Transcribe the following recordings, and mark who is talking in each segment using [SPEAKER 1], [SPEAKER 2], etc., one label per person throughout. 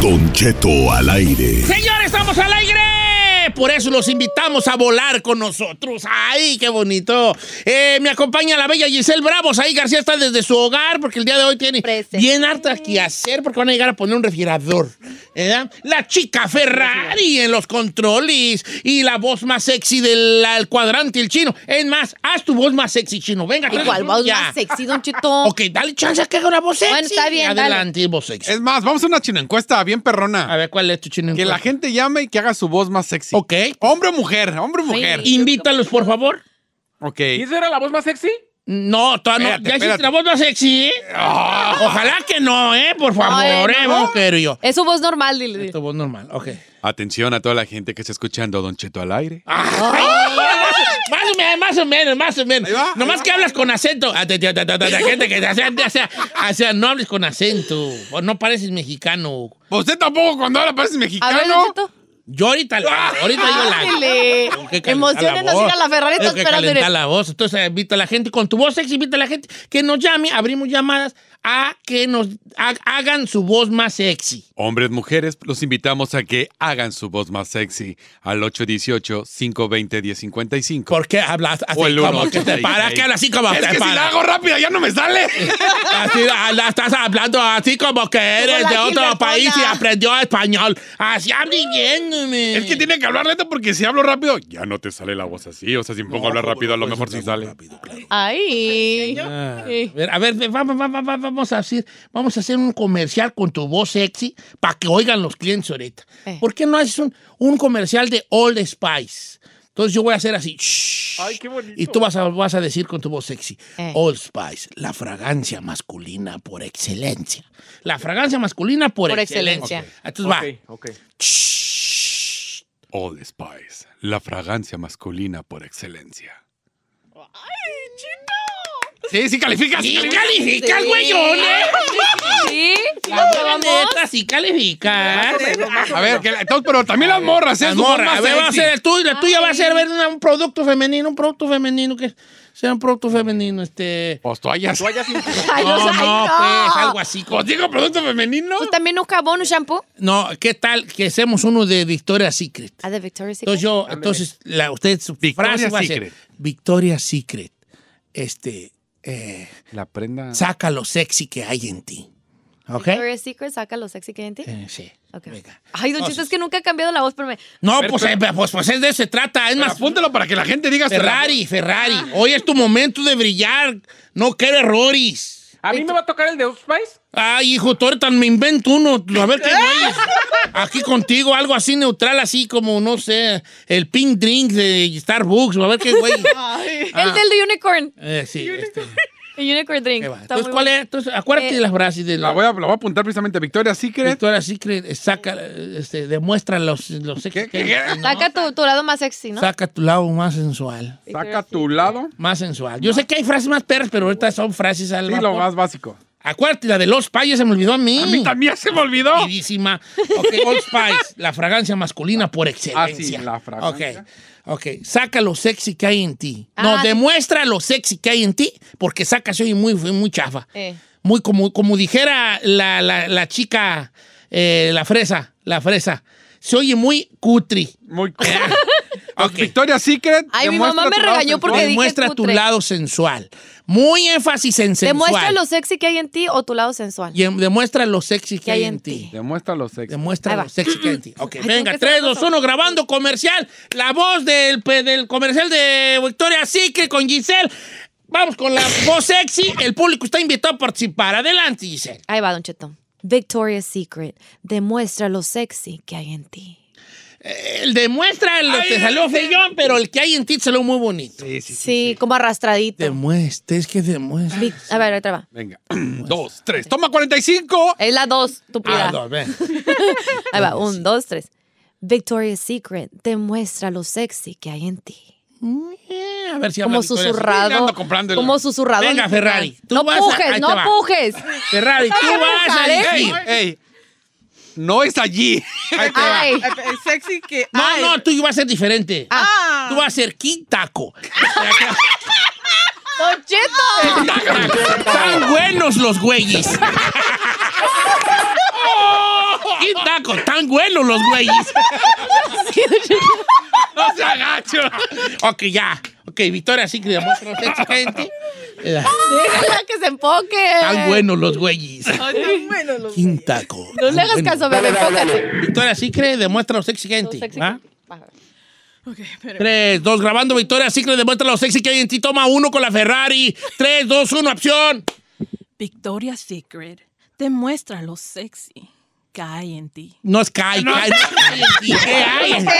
[SPEAKER 1] Don Cheto al aire.
[SPEAKER 2] Señores, estamos al aire. Por eso los invitamos a volar con nosotros. ¡Ay, qué bonito! Eh, me acompaña la bella Giselle Bravos. Ahí García está desde su hogar porque el día de hoy tiene
[SPEAKER 3] Presente.
[SPEAKER 2] bien harta que hacer porque van a llegar a poner un refrigerador. ¿verdad? La chica Ferrari en los controles y la voz más sexy del al cuadrante, el chino. Es más, haz tu voz más sexy, chino. Venga,
[SPEAKER 3] Ay, ¿Cuál
[SPEAKER 2] tráela
[SPEAKER 3] voz
[SPEAKER 2] ya.
[SPEAKER 3] más sexy, Don Cheto?
[SPEAKER 2] Ok, dale chance a que haga una voz sexy.
[SPEAKER 3] Bueno, está bien, dale.
[SPEAKER 2] Adelante, voz sexy.
[SPEAKER 4] Es más, vamos a una chino encuesta bien
[SPEAKER 2] A
[SPEAKER 4] perrona.
[SPEAKER 2] ver, ¿cuál es tu chino?
[SPEAKER 4] Que la gente llame y que haga su voz más sexy.
[SPEAKER 2] Ok.
[SPEAKER 4] Hombre o mujer, hombre o mujer.
[SPEAKER 2] Invítalos, por favor.
[SPEAKER 4] Ok.
[SPEAKER 5] ¿Y esa era la voz más sexy?
[SPEAKER 2] No, todavía no.
[SPEAKER 4] Espérate,
[SPEAKER 2] ¿Ya hiciste
[SPEAKER 4] espérate.
[SPEAKER 2] la voz más sexy? Ah, ojalá que no, ¿eh? Por favor,
[SPEAKER 3] Ay,
[SPEAKER 2] ¿eh?
[SPEAKER 3] no.
[SPEAKER 2] Vamos, quiero yo.
[SPEAKER 3] Es su voz normal, dile. dile.
[SPEAKER 2] Esto voz normal, ok.
[SPEAKER 4] Atención a toda la gente que está escuchando Don Cheto al aire.
[SPEAKER 2] Más o menos, más o menos, más o menos.
[SPEAKER 4] Ahí va,
[SPEAKER 2] Nomás que hablas con acento. Ah, te- te- te- te- te- gente que te hace- te hace- O sea, no hables con acento. O no pareces mexicano.
[SPEAKER 4] Pues Usted tampoco cuando habla parece
[SPEAKER 3] A ver, Don
[SPEAKER 4] mexicano.
[SPEAKER 3] Cheto.
[SPEAKER 2] Yo ahorita la. Ahorita yo la.
[SPEAKER 3] Ándele.
[SPEAKER 2] Tengo que calentar
[SPEAKER 3] Emocionenos
[SPEAKER 2] voz.
[SPEAKER 3] ir a la Ferrari.
[SPEAKER 2] Tengo
[SPEAKER 3] Está
[SPEAKER 2] que
[SPEAKER 3] esperando.
[SPEAKER 2] calentar la voz. Entonces invita a la gente con tu voz sexy, invita a la gente que nos llame, abrimos llamadas a que nos ha- hagan su voz más sexy.
[SPEAKER 4] Hombres, mujeres, los invitamos a que hagan su voz más sexy al 818-520-1055.
[SPEAKER 2] ¿Por qué hablas así
[SPEAKER 4] O el
[SPEAKER 2] como
[SPEAKER 4] uno,
[SPEAKER 2] que te
[SPEAKER 4] sí,
[SPEAKER 2] para?
[SPEAKER 4] sí.
[SPEAKER 2] ¿Qué hablas así como
[SPEAKER 4] Es
[SPEAKER 2] te
[SPEAKER 4] que si
[SPEAKER 2] para?
[SPEAKER 4] la hago rápida ya no me sale.
[SPEAKER 2] Así, ah, la estás hablando así como que eres
[SPEAKER 3] la
[SPEAKER 2] de otro
[SPEAKER 3] Gilbertona.
[SPEAKER 2] país y aprendió español. Así ah, abriéndome.
[SPEAKER 4] es que tiene que hablar lento porque si hablo rápido ya no te sale la voz así. O sea, si me pongo a hablar rápido a lo mejor sí sale.
[SPEAKER 3] Ay. Eh,
[SPEAKER 2] Ah,
[SPEAKER 3] Sí.
[SPEAKER 2] a ver, a ver, vamos, vamos, vamos, vamos a hacer, vamos a hacer un comercial con tu voz sexy para que oigan los clientes ahorita.
[SPEAKER 3] Eh.
[SPEAKER 2] ¿Por qué no haces un, un comercial de Old Spice? Entonces yo voy a hacer así. shh,
[SPEAKER 5] Ay, qué bonito.
[SPEAKER 2] Y tú vas a, vas a decir con tu voz sexy,
[SPEAKER 3] Eh.
[SPEAKER 2] Old Spice, la fragancia masculina por excelencia. La fragancia masculina por,
[SPEAKER 3] Por
[SPEAKER 2] excelencia.
[SPEAKER 3] excelencia.
[SPEAKER 2] Entonces va.
[SPEAKER 5] Ok, ok.
[SPEAKER 2] shh,
[SPEAKER 4] Old Spice, la fragancia masculina por excelencia. Sí, sí calificas.
[SPEAKER 2] Sí, calificas, güeyón, ¿eh?
[SPEAKER 3] Sí. sí,
[SPEAKER 2] La
[SPEAKER 3] vamos.
[SPEAKER 2] neta, sí calificas.
[SPEAKER 4] A ver, que la- entonces, pero también las morras, ¿eh?
[SPEAKER 2] Las
[SPEAKER 4] Su voz
[SPEAKER 2] morras,
[SPEAKER 4] más
[SPEAKER 2] a ver, va a
[SPEAKER 4] sexy.
[SPEAKER 2] ser el tuyo, la tuya va a
[SPEAKER 3] Ay.
[SPEAKER 2] ser ver una- un producto femenino, un producto femenino que sea un producto femenino, este.
[SPEAKER 4] Pues toallas.
[SPEAKER 5] Toallas sin-
[SPEAKER 3] Ay, no,
[SPEAKER 2] no,
[SPEAKER 3] ay,
[SPEAKER 2] no,
[SPEAKER 3] no.
[SPEAKER 2] pues, algo así. como-
[SPEAKER 4] Pues digo producto femenino.
[SPEAKER 3] Pues también un jabón, un shampoo.
[SPEAKER 2] No, ¿qué tal que hacemos uno de Victoria's Secret?
[SPEAKER 3] Ah, de Victoria's Secret.
[SPEAKER 2] Entonces yo, entonces, la, usted su
[SPEAKER 4] Victoria's
[SPEAKER 2] frase va a ser
[SPEAKER 4] Secret.
[SPEAKER 2] Victoria's Secret. Este, eh,
[SPEAKER 4] La prenda.
[SPEAKER 2] saca lo sexy que hay en ti. ¿Ok?
[SPEAKER 3] Victoria's Secret saca los sexy que hay en ti.
[SPEAKER 2] Eh, sí.
[SPEAKER 3] Ok.
[SPEAKER 2] Venga.
[SPEAKER 3] Ay, Don Cheto,
[SPEAKER 2] Entonces-
[SPEAKER 3] es que nunca he cambiado la voz, pero me...
[SPEAKER 2] No, pues, eh, pues, pues es de eso se trata. Es
[SPEAKER 4] Pero
[SPEAKER 2] más,
[SPEAKER 4] apúntalo para que la gente diga. hasta la-
[SPEAKER 2] Ferrari, Ferrari.
[SPEAKER 3] Ah.
[SPEAKER 2] Hoy es tu momento de brillar. No quiero errores.
[SPEAKER 5] ¿A mí me va a tocar el de Old Spice?
[SPEAKER 2] Ay, hijo, tú ahorita me invento uno. A ver qué hueles. Aquí contigo, algo así neutral, así como, no sé, el pink drink de Starbucks. A ver qué güey.
[SPEAKER 3] Ah.
[SPEAKER 2] Ah.
[SPEAKER 3] El del de Unicorn.
[SPEAKER 2] Eh, sí, este,
[SPEAKER 3] El Unicorn Drink.
[SPEAKER 2] ahí va.
[SPEAKER 3] Está
[SPEAKER 2] Entonces,
[SPEAKER 3] muy
[SPEAKER 2] ¿cuál
[SPEAKER 3] bueno.
[SPEAKER 2] es? Entonces, acuérdate
[SPEAKER 3] Eh,
[SPEAKER 2] de las frases de
[SPEAKER 4] La
[SPEAKER 2] la
[SPEAKER 4] voy a, la voy a apuntar precisamente. Victoria Secret.
[SPEAKER 2] Victoria Secret. eh, Saca, eh, este, demuestra los, los sexos
[SPEAKER 4] ¿Qué, qué,
[SPEAKER 2] que hay
[SPEAKER 4] qué?
[SPEAKER 2] en ti, ¿no?
[SPEAKER 3] Saca tu, tu lado más sexy, ¿no?
[SPEAKER 2] Saca tu lado más sensual.
[SPEAKER 4] Saca tu lado.
[SPEAKER 2] Más sensual. Yo sé que hay frases más perras, pero ahorita son frases al
[SPEAKER 4] Sí, lo
[SPEAKER 2] vapor.
[SPEAKER 4] más básico.
[SPEAKER 2] Acuérdate, la de los payas se me olvidó a mí.
[SPEAKER 4] A mí también se me olvidó.
[SPEAKER 2] Queridísima. Ok, Old Spice, la fragancia masculina por
[SPEAKER 4] Ah,
[SPEAKER 2] excelencia.
[SPEAKER 4] sí, la fragancia.
[SPEAKER 2] Ok, ok. Saca lo sexy que hay en ti. No,
[SPEAKER 3] Ah.
[SPEAKER 2] demuestra lo sexy que hay en ti, porque saca soy muy, muy chafa.
[SPEAKER 3] Eh.
[SPEAKER 2] Muy como, como dijera la, la- la chica, eh, la fresa, la fresa. Se oye muy cutri.
[SPEAKER 4] Muy
[SPEAKER 2] Ok.
[SPEAKER 4] Victoria Secret.
[SPEAKER 3] Ay, mi
[SPEAKER 4] demuestra
[SPEAKER 3] mamá me
[SPEAKER 4] tu lado
[SPEAKER 3] regañó
[SPEAKER 4] sensual.
[SPEAKER 3] porque dije
[SPEAKER 2] Demuestra tu
[SPEAKER 3] cutre.
[SPEAKER 2] lado sensual. Muy énfasis en sensual.
[SPEAKER 3] Demuestra lo sexy que hay en ti o tu lado sensual.
[SPEAKER 2] Y em- demuestra lo sexy que
[SPEAKER 3] hay
[SPEAKER 2] hay
[SPEAKER 3] en
[SPEAKER 2] en ti.
[SPEAKER 3] ti.
[SPEAKER 4] Demuestra lo sexy.
[SPEAKER 2] Demuestra
[SPEAKER 3] Ahí va.
[SPEAKER 2] lo sexy que hay en ti. Ok,
[SPEAKER 3] Ay, tengo
[SPEAKER 2] venga,
[SPEAKER 3] que
[SPEAKER 2] 3,
[SPEAKER 3] cerrar los
[SPEAKER 2] 2, 1, grabando comercial. La voz del, pe- del comercial de Victoria Secret con Giselle. Vamos con la voz sexy. El público está invitado a participar. Adelante, Giselle.
[SPEAKER 3] Ahí va, Don Cheto. Victoria's Secret. Demuestra lo sexy que hay en ti.
[SPEAKER 2] El demuestra, el te salió feyón, pero el que hay en ti salió muy bonito.
[SPEAKER 3] Sí, como arrastradito.
[SPEAKER 2] Demuestra, es que demuestra.
[SPEAKER 3] Vic- A ver, otra va.
[SPEAKER 4] Venga. Dos, tres. Toma 45.
[SPEAKER 3] Es la dos,
[SPEAKER 2] Ah,
[SPEAKER 3] tupida.
[SPEAKER 2] no, ven.
[SPEAKER 3] Ahí va, un, dos, tres. Victoria's Secret. Demuestra lo sexy que hay en ti.
[SPEAKER 2] Eh, A ver si habla
[SPEAKER 3] Como
[SPEAKER 2] Victoria Secret.
[SPEAKER 4] Secret,
[SPEAKER 3] susurrado.
[SPEAKER 4] ando comprándola.
[SPEAKER 3] Como susurrado.
[SPEAKER 2] Venga, Ferrari, tú
[SPEAKER 3] No
[SPEAKER 2] vas a- ahí
[SPEAKER 3] pujes,
[SPEAKER 2] te
[SPEAKER 3] no
[SPEAKER 2] va.
[SPEAKER 3] pujes.
[SPEAKER 2] Ferrari, tú
[SPEAKER 3] Ay,
[SPEAKER 2] vas a
[SPEAKER 3] mujer, ¿eh?
[SPEAKER 2] elegir.
[SPEAKER 4] Ey. No es allí.
[SPEAKER 3] Ay.
[SPEAKER 6] El sexy que.
[SPEAKER 2] No,
[SPEAKER 6] ay,
[SPEAKER 2] no, tú vas a ser diferente.
[SPEAKER 6] Ah.
[SPEAKER 2] Tú vas a ser quintaco.
[SPEAKER 3] ¡Don Cheto!
[SPEAKER 2] Están buenos los güeyes. ¡Qué tacos tan buenos los güeyes! ¡No se agacho! ok, ya. Ok, Victoria sí que digamos, no sé, gente. Eh,
[SPEAKER 3] Deja que se enfoque.
[SPEAKER 2] Tan buenos los güeyes. Qué taco.
[SPEAKER 3] No le hagas caso, bebé, enfócate.
[SPEAKER 2] Victoria Secret demuestra los exigentes.
[SPEAKER 3] Sexy.
[SPEAKER 2] ¿va?
[SPEAKER 3] Baja.
[SPEAKER 2] Tres, dos, grabando Victoria Secret demuestra los sexy que hay en ti. Toma uno con la Ferrari. Tres, dos, uno, opción.
[SPEAKER 6] Victoria's Secret te muestra lo sexy que hay en ti.
[SPEAKER 2] No es Kai, Kai. ¿Y qué hay? No me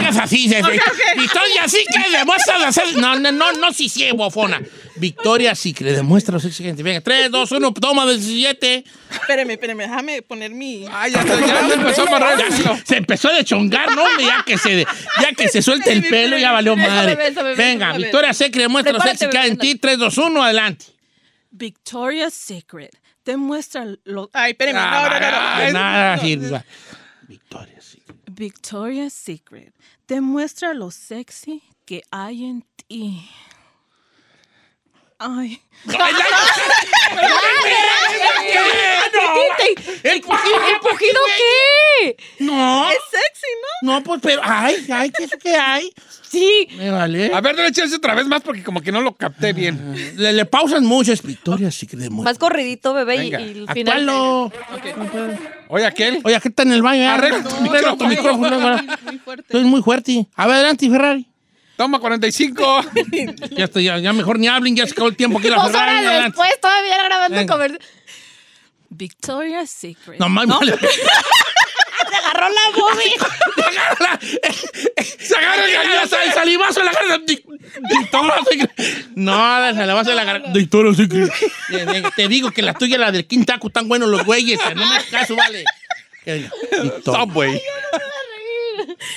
[SPEAKER 2] hagas así. se- Victoria Secret demuestra los sexy. No, no, no, no, sí, sí, bofona. Victoria Secret demuestra los sexy que hay en ti. Venga, tres, dos, uno, toma 17.
[SPEAKER 7] Espéreme, espéreme, déjame poner mi.
[SPEAKER 4] Ay, ya, está, ya, ya empezó a amarrar
[SPEAKER 2] Ya
[SPEAKER 4] el
[SPEAKER 2] se,
[SPEAKER 4] pelo.
[SPEAKER 2] se empezó a dechongar, ¿no? hombre? Ya que se, ya que se suelte el pelo, ya valió
[SPEAKER 3] Bésame,
[SPEAKER 2] madre.
[SPEAKER 3] bésame, bésame,
[SPEAKER 2] Venga,
[SPEAKER 3] bésame.
[SPEAKER 2] Victoria Secret demuestra los
[SPEAKER 3] Prepárate,
[SPEAKER 2] sexy que hay en
[SPEAKER 3] bebé,
[SPEAKER 2] ti. 3, 2, 1, adelante.
[SPEAKER 6] Victoria's Secret te muestra lo
[SPEAKER 7] Ay, espéreme, no, no, no, no.
[SPEAKER 2] De
[SPEAKER 7] Es-
[SPEAKER 2] Ah, nada
[SPEAKER 7] no.
[SPEAKER 2] sirve. Victoria Secret.
[SPEAKER 6] Victoria's Secret te muestra lo sexy que hay en ti. Ay,
[SPEAKER 2] ¿El pujido,
[SPEAKER 3] ¿El pujido qué?
[SPEAKER 2] No,
[SPEAKER 7] Es sexy, ¿no?
[SPEAKER 2] no, pues, pero, ay, ay, ¿qué es que hay?
[SPEAKER 3] Sí.
[SPEAKER 2] Me vale.
[SPEAKER 4] A ver, dale chance otra vez más porque como que no lo capté bien.
[SPEAKER 2] Le, le pausan mucho, es Victoria Secret demuestra.
[SPEAKER 3] Más corridito, bebé, y,
[SPEAKER 4] Venga,
[SPEAKER 3] y el final.
[SPEAKER 2] Actualo.
[SPEAKER 4] Oye, aquel.
[SPEAKER 2] Oye, ¿qué está en el baño? eh?
[SPEAKER 4] Arregla tu
[SPEAKER 2] Arregla tu
[SPEAKER 4] micrófono.
[SPEAKER 2] micrófono. ahora.
[SPEAKER 7] Muy, muy fuerte.
[SPEAKER 2] Estoy muy fuerte. A ver, adelante, Ferrari.
[SPEAKER 4] Toma 45.
[SPEAKER 2] Ya, estoy, ya, ya mejor ni hablen, ya se acabó el tiempo que la
[SPEAKER 3] Dos
[SPEAKER 2] Ferrari.
[SPEAKER 3] horas
[SPEAKER 2] adelante.
[SPEAKER 3] después todavía grabando
[SPEAKER 2] Venga.
[SPEAKER 3] comercial.
[SPEAKER 6] Victoria's Secret.
[SPEAKER 2] No, mames.
[SPEAKER 3] Agarró la boobie.
[SPEAKER 2] Se agarra el gallazo, el salivazo en la cara. Dictora Secret. No, el salivazo en la cara. Dictora Secret. Te digo que la tuya y la del Quintaco están buenos los güeyes. No me hagas caso, vale. Que venga. Victoria.
[SPEAKER 4] Subway.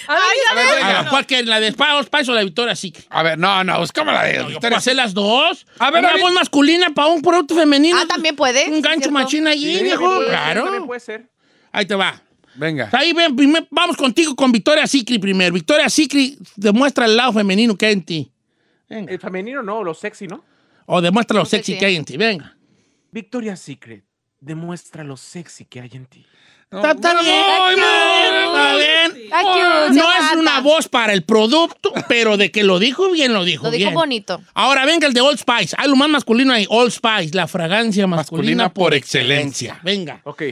[SPEAKER 3] A ver,
[SPEAKER 4] A ver,
[SPEAKER 2] Ah,
[SPEAKER 4] venga.
[SPEAKER 2] ¿Cuál que la de Spaos, Pais o la Victoria Secret?
[SPEAKER 4] A ver, no, no, buscamos la de
[SPEAKER 2] Yo puedo
[SPEAKER 4] Victoria.
[SPEAKER 2] hacer las dos.
[SPEAKER 4] A ver,
[SPEAKER 2] Una
[SPEAKER 4] a ver.
[SPEAKER 2] voz masculina para un producto femenino.
[SPEAKER 3] Ah, también puede,
[SPEAKER 2] Un
[SPEAKER 3] sí,
[SPEAKER 2] gancho
[SPEAKER 3] cierto.
[SPEAKER 2] machín allí,
[SPEAKER 5] Sí,
[SPEAKER 2] viejo.
[SPEAKER 5] también puede ser, también
[SPEAKER 2] Claro.
[SPEAKER 5] puede ser.
[SPEAKER 2] Ahí te va.
[SPEAKER 4] Venga.
[SPEAKER 2] Ahí ven, primer- vamos contigo con Victoria Sicri primero. Victoria Sicri demuestra el lado femenino que hay en ti.
[SPEAKER 5] El femenino no, lo sexy, ¿no?
[SPEAKER 2] O demuestra lo sexy
[SPEAKER 3] sexy.
[SPEAKER 2] que hay en ti. Venga.
[SPEAKER 5] Victoria's Secret demuestra lo sexy que hay en ti.
[SPEAKER 2] Está, está bien. Está bien.
[SPEAKER 3] Está cute,
[SPEAKER 2] No
[SPEAKER 3] se
[SPEAKER 2] es
[SPEAKER 3] mata.
[SPEAKER 2] una voz para el producto, pero de que lo dijo bien, lo dijo
[SPEAKER 3] Lo dijo
[SPEAKER 2] bien.
[SPEAKER 3] bonito.
[SPEAKER 2] Ahora venga el de Old Spice. Hay lo más masculino ahí. Old Spice, la fragancia masculina,
[SPEAKER 4] Masculina
[SPEAKER 2] por,
[SPEAKER 4] por
[SPEAKER 2] excelencia.
[SPEAKER 4] excelencia.
[SPEAKER 2] Venga.
[SPEAKER 5] Ok.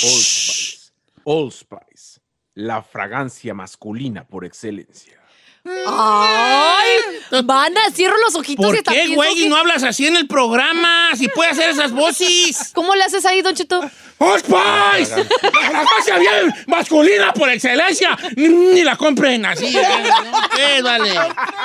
[SPEAKER 5] Old Spice. Old Spice. La fragancia masculina por excelencia.
[SPEAKER 3] Ay, van a cierro los ojitos
[SPEAKER 2] ¿Por
[SPEAKER 3] y hasta
[SPEAKER 2] qué,
[SPEAKER 3] pienso
[SPEAKER 2] güey,
[SPEAKER 3] que-
[SPEAKER 2] no hablas así en el programa? Si puedes hacer esas voces.
[SPEAKER 3] ¿Cómo le haces ahí, Don Cheto?
[SPEAKER 2] ¡Old Spice! Pues, ¡La fragancia bien masculina por excelencia! Ni, ni la compren así. ¿eh? ¿no? Sí, dale.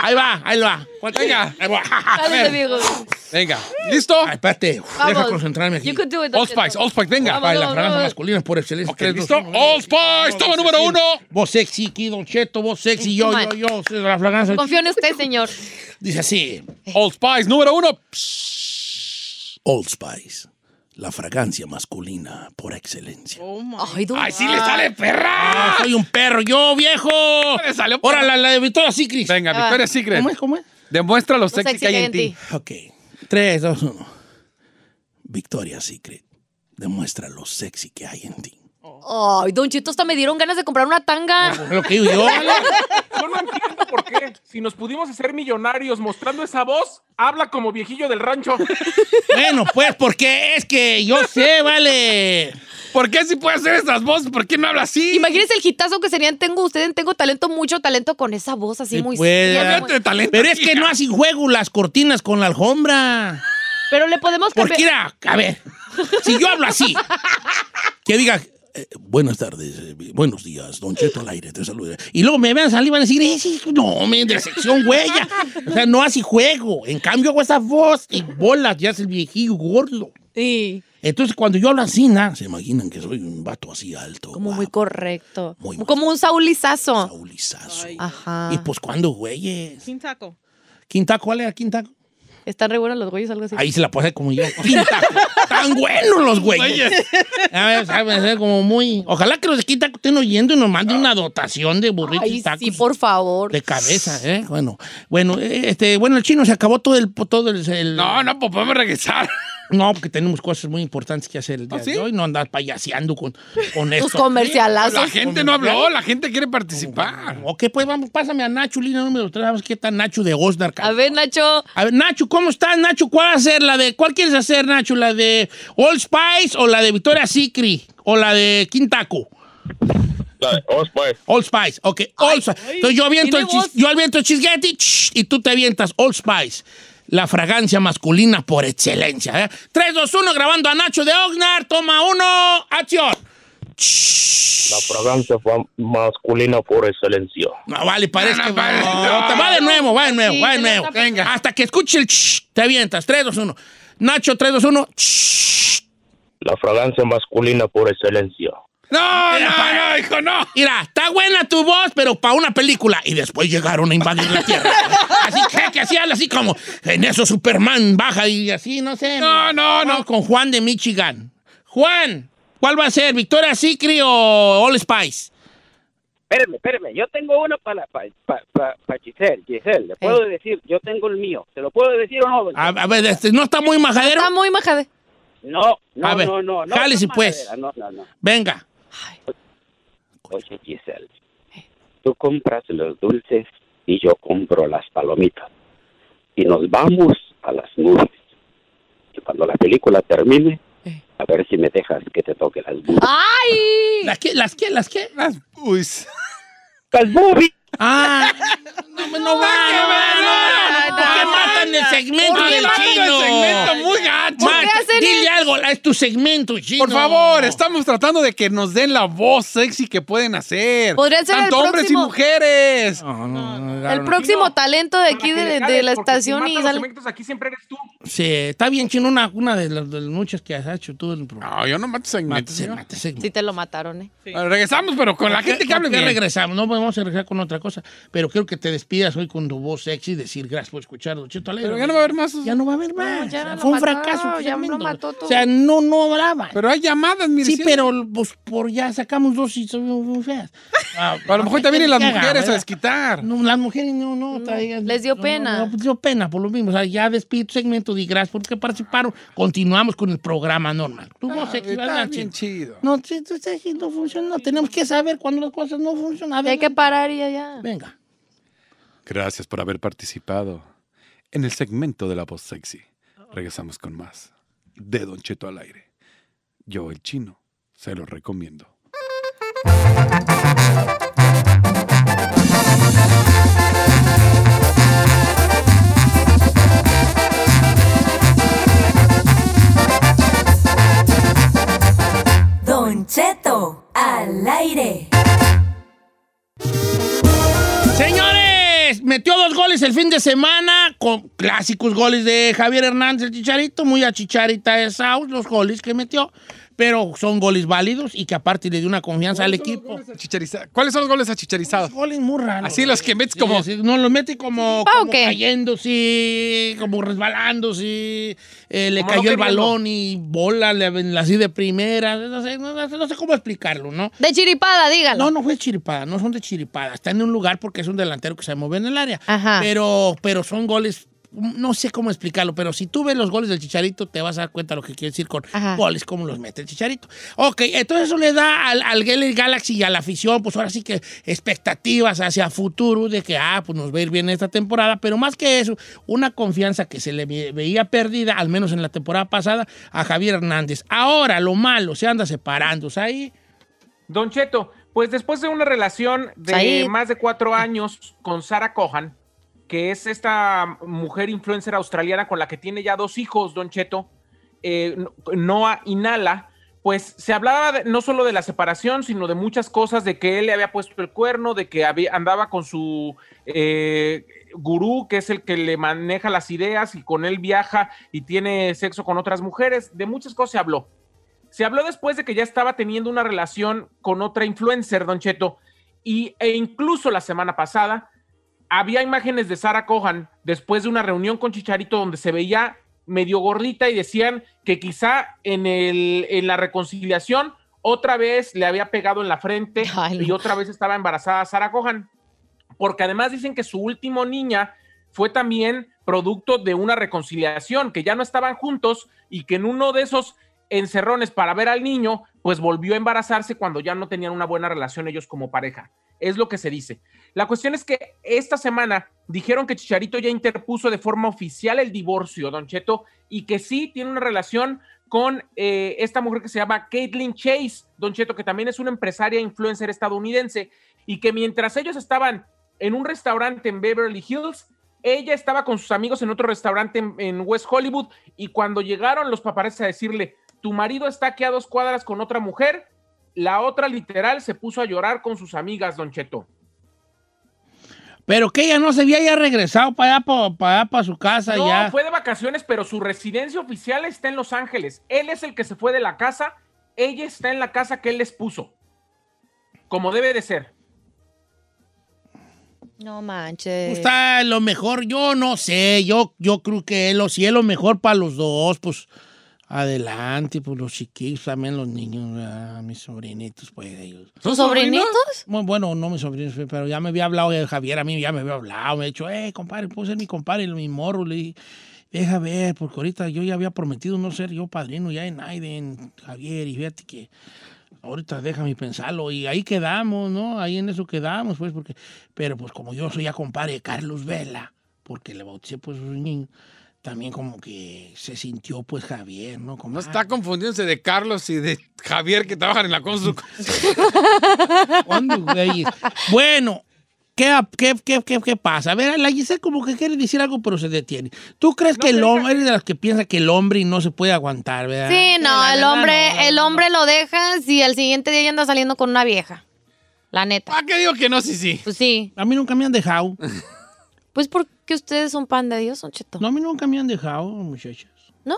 [SPEAKER 2] Ahí va, ahí va. Venga, ahí va. A
[SPEAKER 3] Ándale,
[SPEAKER 2] ver.
[SPEAKER 3] viejo.
[SPEAKER 4] Venga. ¿Listo?
[SPEAKER 2] Ay, espérate. Uf, deja
[SPEAKER 3] Vamos.
[SPEAKER 2] concentrarme aquí.
[SPEAKER 3] You could do it, Don
[SPEAKER 4] Old Spice,
[SPEAKER 3] Cheto.
[SPEAKER 4] Old Spice, venga.
[SPEAKER 3] Vamos,
[SPEAKER 2] Ay, la
[SPEAKER 3] vamos,
[SPEAKER 2] fragancia
[SPEAKER 3] vamos.
[SPEAKER 2] masculina por excelencia.
[SPEAKER 4] Ok,
[SPEAKER 2] Tres,
[SPEAKER 4] ¿listo?
[SPEAKER 2] dos, uno.
[SPEAKER 4] Old Spice, toma número uno.
[SPEAKER 2] Vos sexy, aquí, Don Cheto, vos sexy, yo, yo, yo, la fragancia.
[SPEAKER 3] Confío en usted, señor.
[SPEAKER 2] Dice así.
[SPEAKER 4] Old Spice, número uno. Psh,
[SPEAKER 2] Old Spice, la fragancia masculina por excelencia.
[SPEAKER 3] Ay, Don
[SPEAKER 4] ¡Ay, sí le sale perra!
[SPEAKER 2] Ah, soy un perro, yo, viejo.
[SPEAKER 4] Le salió perra.
[SPEAKER 2] Ahora la, la de Victoria Secret.
[SPEAKER 4] Venga,
[SPEAKER 3] Ah.
[SPEAKER 4] Victoria Secret.
[SPEAKER 2] ¿Cómo es, cómo es?
[SPEAKER 4] Demuestra lo sexy,
[SPEAKER 3] sexy
[SPEAKER 4] que hay en ti.
[SPEAKER 2] Ok. 3, 2, 1. Victoria Secret. Demuestra lo sexy que hay en ti.
[SPEAKER 3] Ay, Don Cheto, hasta me dieron ganas de comprar una tanga.
[SPEAKER 2] Lo que digo yo.
[SPEAKER 5] Yo no entiendo por qué. Si nos pudimos hacer millonarios mostrando esa voz, habla como viejillo del rancho.
[SPEAKER 2] bueno, pues porque es que yo sé, vale.
[SPEAKER 4] ¿Por qué si puede hacer estas voces? ¿Por qué no habla así?
[SPEAKER 3] Imagínense el hitazo que serían tengo ustedes, tengo talento, mucho talento con esa voz así
[SPEAKER 2] Sí,
[SPEAKER 3] muy
[SPEAKER 2] pues.
[SPEAKER 3] seria,
[SPEAKER 4] Imagínate
[SPEAKER 3] muy-
[SPEAKER 4] de talento.
[SPEAKER 2] Pero es que
[SPEAKER 4] hija.
[SPEAKER 2] no hacen juego las cortinas con la alfombra.
[SPEAKER 3] Pero le podemos
[SPEAKER 2] Porque
[SPEAKER 3] cambiar-
[SPEAKER 2] mira, a ver, si yo hablo así, que diga, eh, buenas tardes, eh, buenos días, Don Cheto al aire, te saluda. Y luego me vean salir y van a decir, "Eh, sí, no, me de sección huella. O sea, no así juego. En cambio, hago esa voz y bolas, ya es el viejillo gordo.
[SPEAKER 3] Sí,
[SPEAKER 2] Entonces, cuando yo hablo así, na, se imaginan que soy un vato así alto.
[SPEAKER 3] como muy
[SPEAKER 2] guapo,
[SPEAKER 3] correcto.
[SPEAKER 2] Muy
[SPEAKER 3] como un saulizazo.
[SPEAKER 2] saulizazo.
[SPEAKER 3] Ajá.
[SPEAKER 2] Y pues, ¿cuándo, güeyes?
[SPEAKER 7] Sin taco.
[SPEAKER 2] ¿Quintaco? ¿Cuál era Quintaco?
[SPEAKER 3] Están re buenos los güeyes, algo así.
[SPEAKER 2] Ahí se la puse como yo. Quintaco. Tan buenos los güeyes. A ver, saben, ser como muy. Ojalá que los de Quintaco estén oyendo y nos manden una dotación de burritos
[SPEAKER 3] Ay,
[SPEAKER 2] y tacos.
[SPEAKER 3] sí, por favor.
[SPEAKER 2] De cabeza, ¿eh? Bueno, bueno, eh, este, bueno, el chino se acabó todo el. Todo el, el-
[SPEAKER 4] No, no, pues podemos regresar.
[SPEAKER 2] No, porque tenemos cosas muy importantes que hacer el día
[SPEAKER 4] ¿Ah, sí?
[SPEAKER 2] de hoy. No andar payaseando con, con
[SPEAKER 3] Tus
[SPEAKER 2] esto.
[SPEAKER 4] La
[SPEAKER 3] comercialazos.
[SPEAKER 4] gente no habló, la gente quiere participar.
[SPEAKER 2] Ok, pues vamos, pásame a Nacho, línea número 3. Vamos, ¿qué tal Nacho de Osnar?
[SPEAKER 3] A ver, Nacho.
[SPEAKER 2] A ver, Nacho, ¿cómo estás, Nacho? ¿Cuál va a ser la de, cuál quieres hacer, Nacho? ¿La de Old Spice o la de Victoria Sicri? ¿O la de Quintaco? Old Spice, ok, Old Spice. Entonces yo aviento, el
[SPEAKER 3] tiene voz.
[SPEAKER 2] chis- yo aviento el chisguete ch, y tú te avientas Old Spice, la fragancia masculina por excelencia. ¿eh? 3, 2, 1, grabando a Nacho de Ognar, toma uno, acción.
[SPEAKER 8] La fragancia fa- masculina por excelencia.
[SPEAKER 2] No, vale, parece
[SPEAKER 4] No, no,
[SPEAKER 2] que
[SPEAKER 4] parece-
[SPEAKER 2] no, te- va de nuevo, va de nuevo,
[SPEAKER 3] Sí,
[SPEAKER 2] va de
[SPEAKER 3] que no
[SPEAKER 2] nuevo.
[SPEAKER 3] está- Venga.
[SPEAKER 2] Hasta que escuche el ch, te avientas. 3, 2, 1. Nacho, 3, 2, 1. Ch.
[SPEAKER 8] La fragancia masculina por excelencia.
[SPEAKER 4] No, no, no, hijo, no.
[SPEAKER 2] Mira, está buena tu voz, pero para una película. Y después llegaron a invadir la Tierra. así que, que así habla, así como, en eso Superman baja y así, no sé.
[SPEAKER 4] No, no,
[SPEAKER 2] Vamos Con Juan de Michigan. Juan, ¿cuál va a ser? ¿Victoria Sicri o All Spice?
[SPEAKER 9] Espérame, espérame, yo tengo una para para Giselle, Giselle, le puedo decir, yo tengo el mío, ¿se lo puedo decir o no? don
[SPEAKER 2] A,
[SPEAKER 9] Cheto?
[SPEAKER 2] a ver, este, ¿no está muy majadero?
[SPEAKER 3] Está muy majade.
[SPEAKER 9] no, no,
[SPEAKER 2] a ver,
[SPEAKER 9] no, no, no.
[SPEAKER 2] jálese,
[SPEAKER 9] no,
[SPEAKER 2] pues.
[SPEAKER 9] madera, No, no, no.
[SPEAKER 2] Venga.
[SPEAKER 9] Oye, Giselle, tú compras los dulces y yo compro las palomitas. Y nos vamos a las nubes. Y cuando la película termine,
[SPEAKER 3] Eh.
[SPEAKER 9] a ver si me dejas que te toque las boobies.
[SPEAKER 3] ¡Ay!
[SPEAKER 2] ¿Las qué? ¿Las qué? ¿Las qué?
[SPEAKER 4] Uy.
[SPEAKER 9] ¡Las boobies!
[SPEAKER 2] Ah, no, no va, no va, no va.
[SPEAKER 3] no,
[SPEAKER 2] ¿Por qué
[SPEAKER 3] no,
[SPEAKER 2] matan el segmento
[SPEAKER 4] Porque
[SPEAKER 2] del
[SPEAKER 4] matan el
[SPEAKER 2] chino?
[SPEAKER 4] segmento muy
[SPEAKER 2] Mar,
[SPEAKER 4] gacho.
[SPEAKER 3] ¿Por qué hacen
[SPEAKER 2] dile algo, es tu segmento, chino.
[SPEAKER 4] Por favor, estamos tratando de que nos den la voz sexy que pueden hacer.
[SPEAKER 3] Podría ser el
[SPEAKER 4] Tanto hombres
[SPEAKER 3] próximo-
[SPEAKER 4] y mujeres.
[SPEAKER 2] No, no, no,
[SPEAKER 3] El
[SPEAKER 2] llegaron.
[SPEAKER 3] próximo talento de aquí,
[SPEAKER 5] Para que
[SPEAKER 3] de,
[SPEAKER 5] le
[SPEAKER 3] de
[SPEAKER 5] cales,
[SPEAKER 3] la
[SPEAKER 5] porque si
[SPEAKER 3] estación
[SPEAKER 5] matan
[SPEAKER 3] y
[SPEAKER 5] los
[SPEAKER 3] sale.
[SPEAKER 5] segmentos, aquí siempre eres tú.
[SPEAKER 2] Sí, está bien, chino, una, una de, las, de las muchas que has hecho tú en el programa.
[SPEAKER 4] No, yo no mato segmentos.
[SPEAKER 2] Mátese,
[SPEAKER 4] señor.
[SPEAKER 2] mátese.
[SPEAKER 3] Sí, te lo mataron, ¿eh?
[SPEAKER 4] Bueno, Regresamos, pero con la gente que hable
[SPEAKER 2] ¿Por qué
[SPEAKER 4] bien.
[SPEAKER 2] regresamos? No vamos a regresar con otra cosa, pero quiero que te despidas hoy con tu voz sexy y decir gracias por escuchar, Don Cheto Alegre.
[SPEAKER 4] Pero ya no va a haber más.
[SPEAKER 2] Ya no va a haber más.
[SPEAKER 3] ya
[SPEAKER 2] O sea,
[SPEAKER 3] lo
[SPEAKER 2] Fue un
[SPEAKER 3] mataron,
[SPEAKER 2] fracaso.
[SPEAKER 3] ya lo
[SPEAKER 2] tremendo.
[SPEAKER 3] mató todo.
[SPEAKER 2] O sea, no, no hablaba.
[SPEAKER 4] Pero hay llamadas, mire.
[SPEAKER 2] Sí,
[SPEAKER 4] si-
[SPEAKER 2] pero pues, por ya sacamos dos y son muy feas. Ah,
[SPEAKER 4] A lo mejor
[SPEAKER 2] ¿qué
[SPEAKER 4] también
[SPEAKER 2] quieren
[SPEAKER 4] las
[SPEAKER 2] que haga,
[SPEAKER 4] mujeres a
[SPEAKER 2] verdad?
[SPEAKER 4] desquitar.
[SPEAKER 2] No, las mujeres no, no. todavía-
[SPEAKER 3] les dio
[SPEAKER 2] no,
[SPEAKER 3] pena.
[SPEAKER 2] No, les dio pena, por lo mismo. O sea, ya despido tu segmento de gracias porque participaron. Continuamos con el programa normal. Tú no
[SPEAKER 4] Ah,
[SPEAKER 2] sé qué vas a
[SPEAKER 4] Está
[SPEAKER 2] decir.
[SPEAKER 4] bien chido.
[SPEAKER 2] No, si tú estás diciendo, no funciona. Tenemos que saber cuando las cosas no funcionan. A ver,
[SPEAKER 3] Hay que parar y ya, ya.
[SPEAKER 2] Venga.
[SPEAKER 4] Gracias por haber participado en el segmento de la voz sexy. Regresamos con más de Don Cheto al aire. Yo, el chino, se lo recomiendo.
[SPEAKER 10] Don Cheto, al aire.
[SPEAKER 2] Señores, metió dos goles el fin de semana con clásicos goles de Javier Hernández, el Chicharito, muy a Chicharita de Saus, los goles que metió, pero son goles válidos y que aparte le dio una confianza al equipo.
[SPEAKER 4] Chichariza- ¿Cuáles son los goles
[SPEAKER 2] Los
[SPEAKER 4] achicharrizados?
[SPEAKER 2] goles muy raros.
[SPEAKER 4] Así los que metes
[SPEAKER 2] Sí,
[SPEAKER 4] como-
[SPEAKER 2] sí, no, los mete como,
[SPEAKER 3] ¿Pa o
[SPEAKER 2] como
[SPEAKER 3] qué?
[SPEAKER 2] cayéndose, como resbalándose, eh, le
[SPEAKER 5] Como no
[SPEAKER 2] cayó el
[SPEAKER 5] queriendo.
[SPEAKER 2] balón y bola, le, así de primera, no sé, no- no sé cómo explicarlo, ¿no?
[SPEAKER 3] De chiripada, dígalo.
[SPEAKER 2] No, no fue chiripada, no son de chiripada. Está en un lugar porque es un delantero que se mueve en el área.
[SPEAKER 3] Ajá.
[SPEAKER 2] Pero, pero son goles, no sé cómo explicarlo, pero si tú ves los goles del Chicharito, te vas a dar cuenta lo que quiere decir con
[SPEAKER 3] Ajá.
[SPEAKER 2] goles, cómo los mete el Chicharito. Ok, entonces eso le da al, al Galaxy- Galaxy y a la afición, pues ahora sí que expectativas hacia futuro de que, ah, pues nos va a ir bien esta temporada, pero más que eso, una confianza que se le ve- veía perdida, al menos en la temporada pasada, a Javier Hernández. Ahora lo malo, se anda separando, o sea, ahí...
[SPEAKER 5] Don Cheto, pues después de una relación de
[SPEAKER 3] Ahí.
[SPEAKER 5] más de cuatro años con Sara Cohan, que es esta mujer influencer australiana con la que tiene ya dos hijos, Don Cheto, eh, Noah y Nala, pues se hablaba de- no solo de la separación, sino de muchas cosas, de que él le había puesto el cuerno, de que había- andaba con su eh, gurú, que es el que le maneja las ideas y con él viaja y tiene sexo con otras mujeres, de muchas cosas se habló. Se habló después de que ya estaba teniendo una relación con otra influencer, Don Cheto, y, e incluso la semana pasada había imágenes de Sara Cohan después de una reunión con Chicharito donde se veía medio gordita y decían que quizá en, el, en la reconciliación otra vez le había pegado en la frente
[SPEAKER 3] Ay, no.
[SPEAKER 5] y otra vez estaba embarazada Sara Cohan, porque además dicen que su último niña fue también producto de una reconciliación, que ya no estaban juntos y que en uno de esos encerrones para ver al niño, pues volvió a embarazarse cuando ya no tenían una buena relación ellos como pareja. Es lo que se dice. La cuestión es que esta semana dijeron que Chicharito ya interpuso de forma oficial el divorcio, Don Cheto, y que sí tiene una relación con eh, esta mujer que se llama Caitlyn Chase, Don Cheto, que también es una empresaria influencer estadounidense, y que mientras ellos estaban en un restaurante en Beverly Hills, ella estaba con sus amigos en otro restaurante en, en West Hollywood, y cuando llegaron los paparazzi a decirle, tu marido está aquí a dos cuadras con otra mujer, la otra literal se puso a llorar con sus amigas, Don Cheto.
[SPEAKER 2] Pero que ella no se había ya regresado para allá, para, para, allá, para su casa
[SPEAKER 5] No, pues.
[SPEAKER 2] ya.
[SPEAKER 5] fue de vacaciones, pero su residencia oficial está en Los Ángeles. Él es el que se fue de la casa, ella está en la casa que él les puso. Como debe de ser.
[SPEAKER 3] No manches.
[SPEAKER 2] Está lo mejor, yo no sé, yo, yo creo que lo, si es lo mejor para los dos, pues adelante, pues los chiquillos, también los niños, ¿verdad? mis sobrinitos, pues ellos.
[SPEAKER 3] ¿Tus sobrinitos?
[SPEAKER 2] Muy bueno, no mis sobrinos, pero ya me había hablado de Javier, a mí ya me había hablado, me ha dicho, eh, compadre, puedo ser mi compadre, mi morro, le dije, deja ver, porque ahorita yo ya había prometido no ser yo padrino ya en Aiden, Javier, y fíjate que ahorita déjame pensarlo, y ahí quedamos, ¿no? Ahí en eso quedamos, pues, porque, pero pues como yo soy ya compadre de Carlos Vela, porque le bauticé pues a sus niños, también como que se sintió pues Javier, ¿no? Como,
[SPEAKER 11] No
[SPEAKER 2] ah,
[SPEAKER 11] está confundiéndose de Carlos y de Javier que trabajan en la construcción.
[SPEAKER 2] ¿Cuándo, güey? Bueno, ¿qué, qué, qué, qué- qué pasa? A ver, la Giselle como que quiere decir algo, pero se detiene. ¿Tú crees que el hombre, eres de las que piensa que el hombre no se puede aguantar, verdad?
[SPEAKER 3] Sí, no,
[SPEAKER 2] Ah, la
[SPEAKER 3] el
[SPEAKER 2] verdad,
[SPEAKER 3] hombre,
[SPEAKER 2] no, la
[SPEAKER 3] el
[SPEAKER 2] verdad,
[SPEAKER 3] hombre lo dejas y al siguiente día ya anda saliendo con una vieja. La neta.
[SPEAKER 4] Ah,
[SPEAKER 11] ¿Para qué digo que no? Sí, sí.
[SPEAKER 3] Pues sí.
[SPEAKER 2] A mí nunca me han dejado.
[SPEAKER 3] Pues porque ustedes son pan de Dios, son cheto.
[SPEAKER 2] No, a mí nunca me han dejado, muchachos.
[SPEAKER 3] ¿No?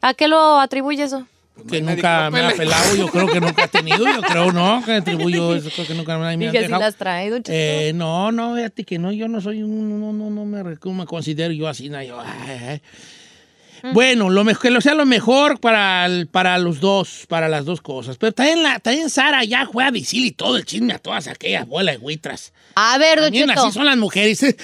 [SPEAKER 3] ¿A qué lo atribuye eso?
[SPEAKER 2] Que nunca me ha pelado, yo creo que nunca ha tenido, yo creo no, que atribuyo eso, creo que nunca me, me han
[SPEAKER 3] Dije, si
[SPEAKER 2] dejado.
[SPEAKER 3] las trae, don Cheto.
[SPEAKER 2] Eh, no, no, fíjate que no, yo no soy un, no, no, no me, re- no me considero yo así, no, yo, ay, ay. Bueno, lo mejor, que lo sea lo mejor para, el- para los dos, para las dos cosas. Pero también, la, también Sara ya juega a decir y todo el chisme a todas aquellas bolas de huitras.
[SPEAKER 3] A ver, don
[SPEAKER 2] También
[SPEAKER 3] Cheto.
[SPEAKER 2] así son las mujeres. se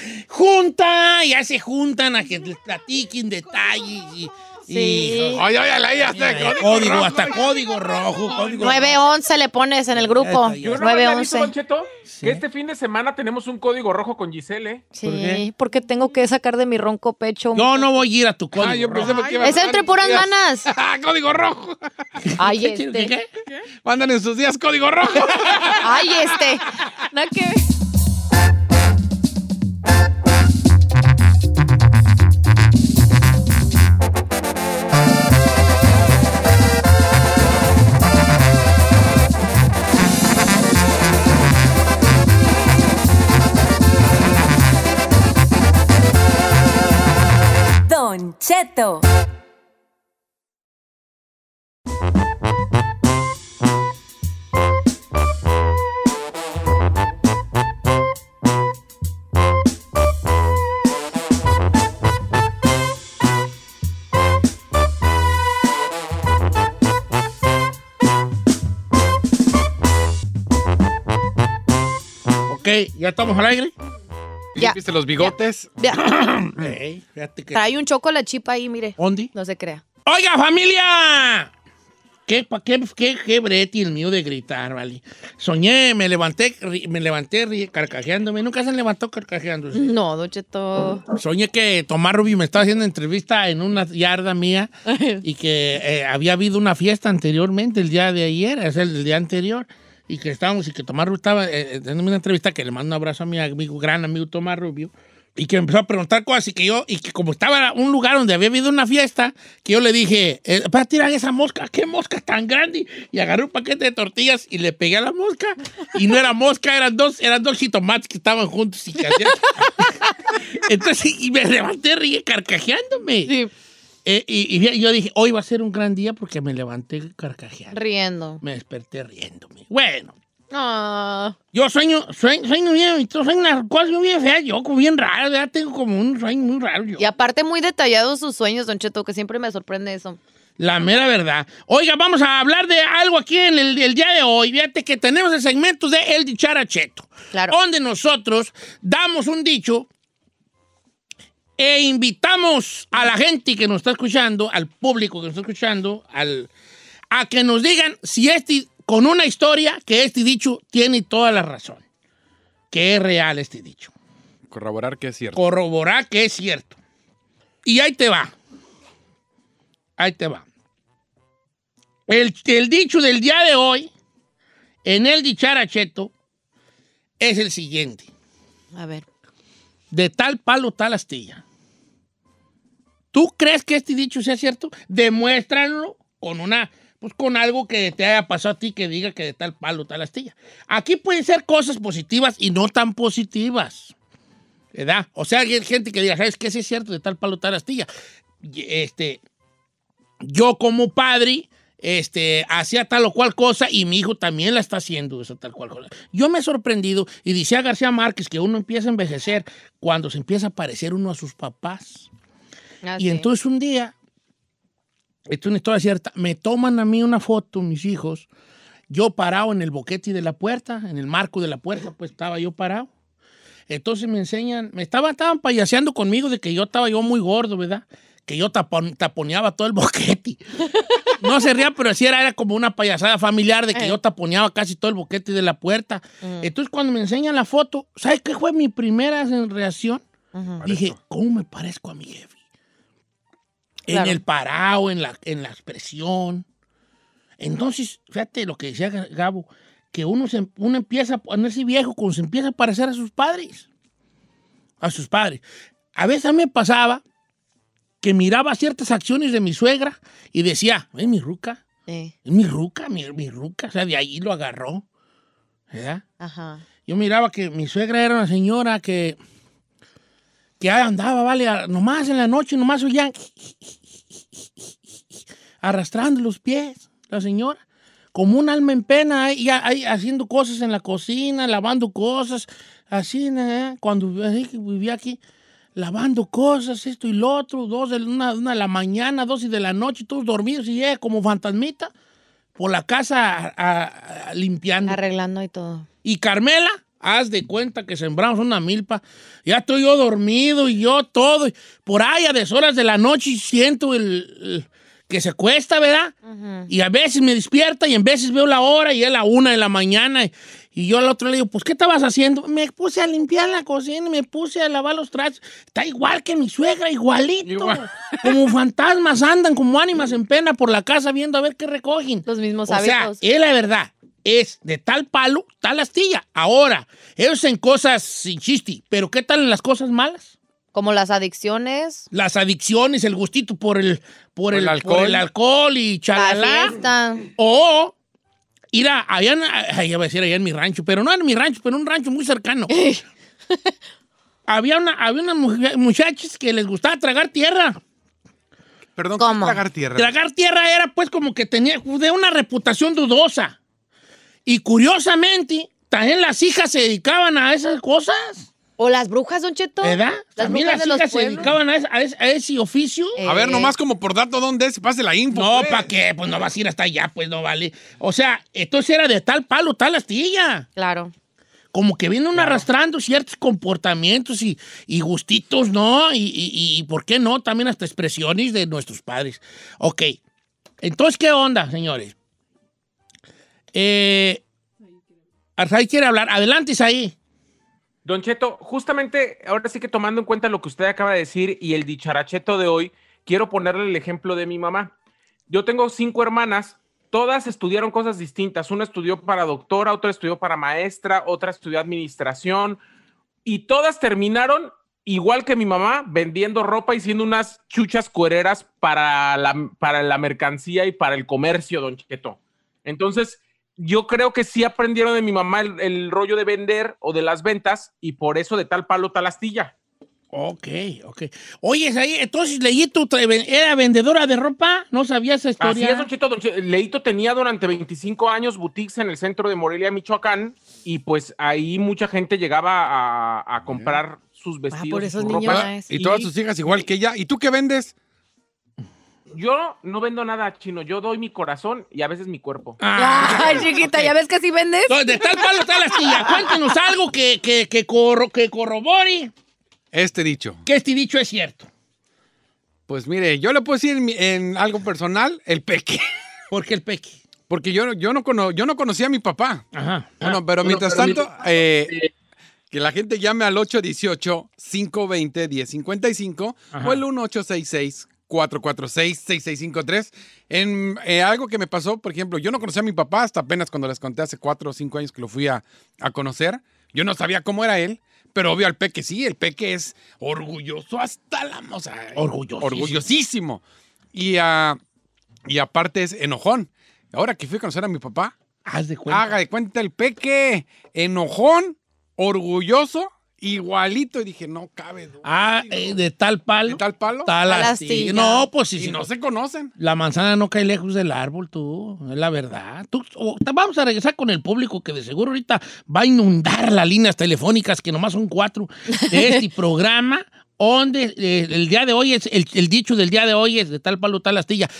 [SPEAKER 2] Juntan, ya se juntan a que les platiquen detalles. Y,
[SPEAKER 3] Sí.
[SPEAKER 11] Ay, ay, ay, ay, hasta
[SPEAKER 2] Mira, código, hasta código rojo. Código
[SPEAKER 3] 911 le pones en el grupo.
[SPEAKER 5] Yo no me aviso, Don
[SPEAKER 3] 911.
[SPEAKER 5] Cheto, que este fin de semana tenemos un código rojo con Giselle, ¿eh?
[SPEAKER 2] ¿Por qué?
[SPEAKER 3] Sí, porque tengo que sacar de mi ronco pecho. un-
[SPEAKER 2] Yo no voy a ir a tu
[SPEAKER 11] Ah,
[SPEAKER 2] código. rojo.
[SPEAKER 3] Es entre puras manas.
[SPEAKER 4] Ah,
[SPEAKER 11] Código rojo.
[SPEAKER 3] Ay, este.
[SPEAKER 11] Mandan en sus días código rojo.
[SPEAKER 3] Ay, este. No, que...
[SPEAKER 10] Don Cheto.
[SPEAKER 2] Ok, ya estamos al aire.
[SPEAKER 3] Ya.
[SPEAKER 11] ¿Viste los bigotes?
[SPEAKER 3] Vea,
[SPEAKER 2] Ey, fíjate que-
[SPEAKER 3] Trae un choco la chipa ahí, mire.
[SPEAKER 2] ¿Ondi?
[SPEAKER 3] No se crea.
[SPEAKER 2] Oiga, familia. ¿Qué, pa- qué, qué, qué brete el mío de gritar, vale? Soñé, me levanté, ri- me levanté ri- carcajeándome. Nunca se levantó carcajeándose.
[SPEAKER 3] No, don Cheto.
[SPEAKER 2] Soñé que Tomás Rubio me estaba haciendo entrevista en una yarda mía y que eh, había habido una fiesta anteriormente, el día de ayer, es el del día anterior, y que estábamos y que Tomás Rubio estaba eh, eh, dándome una entrevista que le mando un abrazo a mi amigo, gran amigo Tomás Rubio. Y que me empezó a preguntar cosas y que yo, y que como estaba en un lugar donde había habido una fiesta, que yo le dije, eh, para tirar esa mosca, qué mosca tan grande. Y agarré un paquete de tortillas y le pegué a la mosca. Y no era mosca, eran dos, eran dos jitomates que estaban juntos y que hacían- entonces, y me levanté ríe carcajeándome. Eh, y, y yo dije, hoy va a ser un gran día porque me levanté carcajeando.
[SPEAKER 3] Riendo.
[SPEAKER 2] Me desperté riéndome. Bueno,
[SPEAKER 3] Ah.
[SPEAKER 2] yo sueño, sueño, sueño bien, yo sueño una cosa bien fea, yo como bien raro, ya tengo como un sueño muy raro yo.
[SPEAKER 3] Y aparte muy detallados sus sueños, Don Cheto, que siempre me sorprende eso.
[SPEAKER 2] La mera verdad. Oiga, vamos a hablar de algo aquí en el, el día de hoy. Fíjate que tenemos el segmento de El Dicharacheto.
[SPEAKER 3] Claro.
[SPEAKER 2] Donde nosotros damos un dicho E invitamos a la gente que nos está escuchando, al público que nos está escuchando, al, a que nos digan si este, con una historia que este dicho tiene toda la razón. Que es real este dicho.
[SPEAKER 4] Corroborar que es cierto.
[SPEAKER 2] Corroborar que es cierto. Y ahí te va. Ahí te va. El, el dicho del día de hoy, en el dicharacheto, es el siguiente.
[SPEAKER 3] A ver.
[SPEAKER 2] De tal palo, tal astilla. ¿Tú crees que este dicho sea cierto? Demuéstralo con una, pues con algo que te haya pasado a ti que diga que de tal palo, tal astilla. Aquí pueden ser cosas positivas y no tan positivas. ¿Verdad? O sea, hay gente que diga, ¿sabes qué? Sí es cierto, de tal palo, tal astilla. Y, Este, yo como padre, este, hacía tal o cual cosa y mi hijo también la está haciendo, esa tal cual cosa. Yo me he sorprendido y decía García Márquez que uno empieza a envejecer cuando se empieza a parecer uno a sus papás.
[SPEAKER 3] Ah,
[SPEAKER 2] Y entonces un día, esto es una historia cierta, me toman a mí una foto, mis hijos, yo parado en el boquete de la puerta, en el marco de la puerta, pues estaba yo parado. Entonces me enseñan, me estaban, estaban payaseando conmigo de que yo estaba yo muy gordo, ¿verdad? Que yo tapon- taponeaba todo el boquete. No se ría, pero así era, era como una payasada familiar de que yo taponeaba casi todo el boquete de la puerta. Entonces cuando me enseñan la foto, ¿sabes qué fue mi primera reacción? Dije, ¿cómo me parezco a mi jefe?
[SPEAKER 7] Claro.
[SPEAKER 2] En el parado, en la, en la expresión. Entonces, fíjate lo que decía Gabo, que uno, se, uno empieza a ponerse viejo cuando se empieza a parecer a sus padres. A sus padres. A veces a mí me pasaba que miraba ciertas acciones de mi suegra y decía, es mi ruca, es mi ruca, mi, mi ruca. O sea, de ahí lo agarró. ¿Verdad?
[SPEAKER 3] Ajá.
[SPEAKER 2] Yo miraba que mi suegra era una señora que, que ahí andaba, vale, a- nomás en la noche, nomás oían arrastrando los pies, la señora, como un alma en pena, ahí, ahí haciendo cosas en la cocina, lavando cosas, así, ¿eh? cuando así que vivía aquí, lavando cosas, esto y lo otro, dos de, una, una de la mañana, dos y de la noche, todos dormidos y ella como fantasmita por la casa a- a- limpiando.
[SPEAKER 3] Arreglando y todo.
[SPEAKER 2] Y Carmela, haz de cuenta que sembramos una milpa. Ya estoy yo dormido y yo todo. y Por ahí a deshoras de la noche y siento el, el- que se cuesta, ¿verdad? Y a veces me despierta y en veces veo la hora y es la una de la mañana. Y, y yo al otro le digo, pues, ¿qué estabas haciendo? Me puse a limpiar la cocina, me puse a lavar los trastes. Está igual que mi suegra, igualito. Como fantasmas andan, como ánimas en pena por la casa viendo a ver qué recogen.
[SPEAKER 3] Los mismos
[SPEAKER 2] o sea, eh.
[SPEAKER 3] hábitos.
[SPEAKER 2] es la verdad. Es de tal palo, tal astilla. Ahora, ellos en cosas sin chiste, pero ¿qué tal en las cosas malas?
[SPEAKER 3] Como las adicciones,
[SPEAKER 2] Las adicciones, el gustito por el, por
[SPEAKER 11] el
[SPEAKER 2] el,
[SPEAKER 11] alcohol.
[SPEAKER 2] por el alcohol y
[SPEAKER 3] la
[SPEAKER 2] chalala.
[SPEAKER 3] fiesta.
[SPEAKER 2] O ir a, allá, en- ay, iba a decir allá en mi rancho, pero no en mi rancho, pero en un rancho muy cercano. había una, había unas mujer- muchachas que les gustaba tragar tierra.
[SPEAKER 11] Perdón,
[SPEAKER 2] ¿Cómo?
[SPEAKER 11] ¿cómo? tragar tierra.
[SPEAKER 2] Tragar tierra era pues como que tenía de una reputación dudosa. Y curiosamente, también las hijas se dedicaban a esas cosas.
[SPEAKER 3] O las brujas, Don Cheto.
[SPEAKER 2] ¿Verdad?
[SPEAKER 3] Las
[SPEAKER 2] también
[SPEAKER 3] brujas
[SPEAKER 2] las
[SPEAKER 3] de los
[SPEAKER 2] hijas se
[SPEAKER 3] pueblos. Eh,
[SPEAKER 2] dedicaban a ese, a ese- a ese oficio.
[SPEAKER 11] A ver, nomás como por dato, ¿dónde es? Pase la info.
[SPEAKER 2] No,
[SPEAKER 11] pues.
[SPEAKER 2] ¿para qué? Pues no vas a ir hasta allá, pues no vale. O sea, entonces era de tal palo, tal astilla.
[SPEAKER 3] Claro.
[SPEAKER 2] Como que viene uno arrastrando ciertos comportamientos y, y gustitos, ¿no? Y, y- y, ¿por qué no? También hasta expresiones de nuestros padres. Ok. Entonces, ¿qué onda, señores? Eh, Arzai quiere hablar. Adelante, Isaí.
[SPEAKER 5] Don Cheto, justamente ahora sí que tomando en cuenta lo que usted acaba de decir y el dicharacheto de hoy, quiero ponerle el ejemplo de mi mamá. Yo tengo cinco hermanas, todas estudiaron cosas distintas. Una estudió para doctora, otra estudió para maestra, otra estudió administración y todas terminaron igual que mi mamá vendiendo ropa y siendo unas chuchas cuereras para la, para la mercancía y para el comercio, don Cheto. Entonces, yo creo que sí aprendieron de mi mamá el, el rollo de vender o de las ventas y por eso de tal palo tal astilla.
[SPEAKER 2] Ok, ok. Oye, Isaí, entonces Leíto tra- era vendedora de ropa. No sabía esa
[SPEAKER 5] Así
[SPEAKER 2] historia.
[SPEAKER 5] es, Don Cheto. Don Che- Leito tenía durante 25 años boutiques en el centro de Morelia, Michoacán, y pues ahí mucha gente llegaba a, a comprar sus vestidos.
[SPEAKER 3] Ah, por
[SPEAKER 5] y
[SPEAKER 3] esos
[SPEAKER 5] su
[SPEAKER 3] niños
[SPEAKER 5] ropa.
[SPEAKER 3] ya eh. es-
[SPEAKER 11] Y todas sus hijas igual que ella. ¿Y tú qué vendes?
[SPEAKER 5] Yo no vendo nada chino, yo doy mi corazón y a veces mi cuerpo.
[SPEAKER 3] Ah,
[SPEAKER 2] Ah,
[SPEAKER 3] Ay, chiquita, ¿ya ves que sí vendes?
[SPEAKER 2] Entonces, de tal palo, tal astilla. Cuéntenos algo que, que, que, corro- que corrobore
[SPEAKER 11] Este dicho.
[SPEAKER 2] Que este dicho es cierto.
[SPEAKER 11] Pues mire, yo le puedo decir en, mi- en algo personal, el peque.
[SPEAKER 2] ¿Por qué el peque?
[SPEAKER 11] Porque yo, no- yo, no, cono- yo no conocía a mi papá.
[SPEAKER 2] Ajá.
[SPEAKER 11] Bueno, pero
[SPEAKER 2] Bueno,
[SPEAKER 11] mientras
[SPEAKER 2] pero
[SPEAKER 11] tanto, eh, que la gente llame al 818-520-1055
[SPEAKER 2] Ajá.
[SPEAKER 11] o el 1866 446 6653 En eh, algo que me pasó, por ejemplo, yo no conocía a mi papá hasta apenas cuando les conté hace cuatro o cinco años que lo fui a, a conocer. Yo no sabía cómo era él, pero obvio al peque sí, el peque es orgulloso hasta la... O sea,
[SPEAKER 2] Orgullosísimo.
[SPEAKER 11] Orgullosísimo. Y, ah, y aparte es enojón. Ahora que fui a conocer a mi papá,
[SPEAKER 2] Haz de cuenta.
[SPEAKER 11] haga de cuenta el peque, enojón, orgulloso, igualito. Y dije, no cabe. duda.
[SPEAKER 2] Ah, eh, de tal palo. De
[SPEAKER 11] tal palo.
[SPEAKER 2] Tal
[SPEAKER 11] Tal
[SPEAKER 2] astilla.
[SPEAKER 11] astilla.
[SPEAKER 2] No, pues sí.
[SPEAKER 11] Y
[SPEAKER 2] sí.
[SPEAKER 11] no se conocen.
[SPEAKER 2] La manzana no cae lejos del árbol, tú. Es la verdad. Tú- o- ta- vamos a regresar con el público que de seguro ahorita va a inundar las líneas telefónicas, que nomás son cuatro, de este programa, donde eh, el día de hoy es, el, el dicho del día de hoy es de tal palo, tal astilla.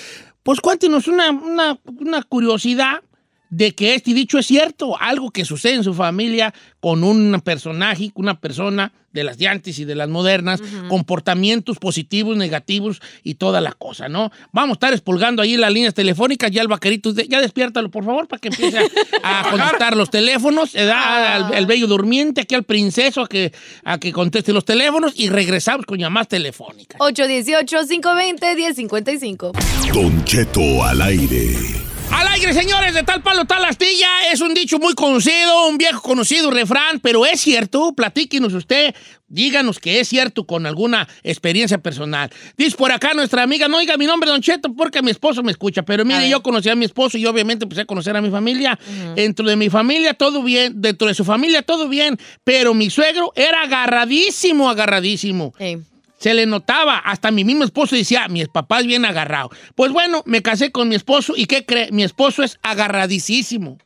[SPEAKER 2] Pues cuéntenos una, una, una curiosidad de que este dicho es cierto, algo que sucede en su familia con un personaje, con una persona de las de antes y de las modernas, comportamientos positivos, negativos y toda la cosa, ¿no? Vamos a estar espolgando ahí las líneas telefónicas, ya el vaquerito, de- ya despiértalo, por favor, para que empiece a, a contestar los teléfonos, eh, da al, al bello durmiente, aquí al princeso a que, a que conteste los teléfonos y regresamos con llamadas telefónicas.
[SPEAKER 3] 818-520-1055.
[SPEAKER 1] Don Cheto al aire.
[SPEAKER 2] Al aire, señores, de tal palo, tal astilla. Es un dicho muy conocido, un viejo conocido refrán, pero es cierto. Platíquenos usted, díganos que es cierto con alguna experiencia personal. Dice por acá nuestra amiga, no diga mi nombre, Don Cheto, porque mi esposo me escucha. Pero mire, yo conocí a mi esposo y obviamente empecé a conocer a mi familia. Dentro de mi familia todo bien, dentro de su familia todo bien, pero mi suegro era agarradísimo, agarradísimo. Se le notaba, hasta mi mismo esposo decía, mi papá es bien agarrado. Pues bueno, me casé con mi esposo y ¿qué cree? Mi esposo es agarradísimo.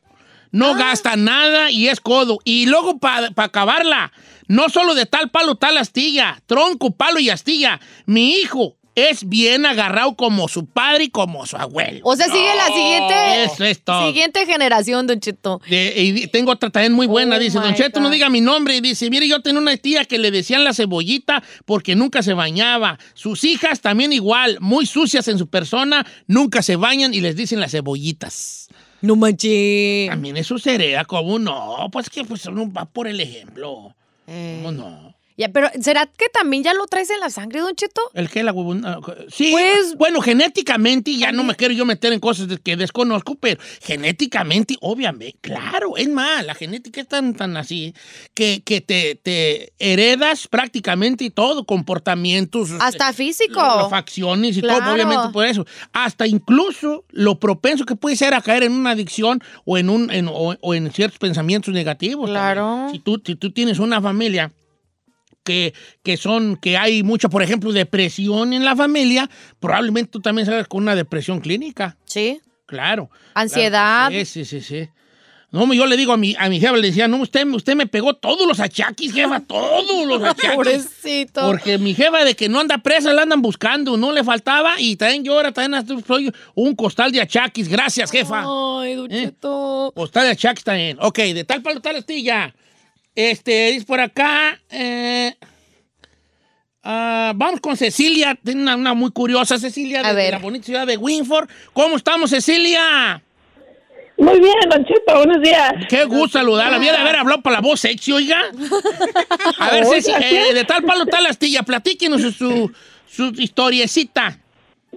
[SPEAKER 2] No gasta nada y es codo. Y luego para acabarla, no solo de tal palo, tal astilla, tronco, palo y astilla. Mi hijo es bien agarrado como su padre y como su abuelo.
[SPEAKER 3] O sea, sigue la siguiente.
[SPEAKER 2] Eso es todo.
[SPEAKER 3] Siguiente generación, Don Cheto.
[SPEAKER 2] De- y di- tengo otra también muy buena. dice, Don Cheto, no diga mi nombre. Y dice, mire, yo tenía una tía que le decían la cebollita porque nunca se bañaba. Sus hijas también igual, muy sucias en su persona, nunca se bañan y les dicen las cebollitas.
[SPEAKER 3] No manches.
[SPEAKER 2] También eso se hereda, ¿cómo no? Pues que pues uno va por el ejemplo. ¿Cómo no?
[SPEAKER 3] Ya, pero ¿será que también ya lo traes en la sangre, Don Cheto?
[SPEAKER 2] El que la huevona. ah, Sí. bueno, genéticamente, y ya no me quiero yo meter en cosas de- que desconozco, pero genéticamente, obviamente, claro, es más, la genética es tan, tan así que, que te, te heredas prácticamente todo, comportamientos.
[SPEAKER 3] Hasta físico.
[SPEAKER 2] lo- lo- facciones y todo,
[SPEAKER 3] Claro.
[SPEAKER 2] obviamente por eso. Hasta incluso lo propenso que puede ser a caer en una adicción o en, un, en- o, o en ciertos pensamientos negativos. Claro. Si tú, si tú tienes una familia que, que son, que hay mucha, por ejemplo, depresión en la familia, probablemente tú también salgas con una depresión clínica.
[SPEAKER 3] Sí.
[SPEAKER 2] Claro.
[SPEAKER 3] Ansiedad.
[SPEAKER 2] Claro que sí, sí, sí, sí. No, yo le digo a mi, a mi jefa, le decía, no, usted, usted me pegó todos los achaquis, jefa, todos los achaquis.
[SPEAKER 3] Pobrecito.
[SPEAKER 2] Porque mi jefa de que no anda presa, la andan buscando, no le faltaba y también yo ahora también hasta soy un costal de achaquis. Gracias, jefa.
[SPEAKER 3] Ay, Don
[SPEAKER 2] ¿Eh?
[SPEAKER 3] Cheto.
[SPEAKER 2] Costal de achaquis también. Ok, de tal palo, tal astilla. Este, es por acá. eh, ah, vamos con Cecilia, tiene una, una muy curiosa Cecilia de, la bonita ciudad de Winford. ¿Cómo estamos, Cecilia?
[SPEAKER 12] Muy bien, Don Cheto, buenos días.
[SPEAKER 2] Qué gusto saludarla. Viene a haber hablado para la voz sexy, oiga. A ver,
[SPEAKER 12] Oiga,
[SPEAKER 2] Ceci,
[SPEAKER 12] ¿qué?
[SPEAKER 2] eh, de tal palo, tal astilla, platíquenos su- su, su historiecita.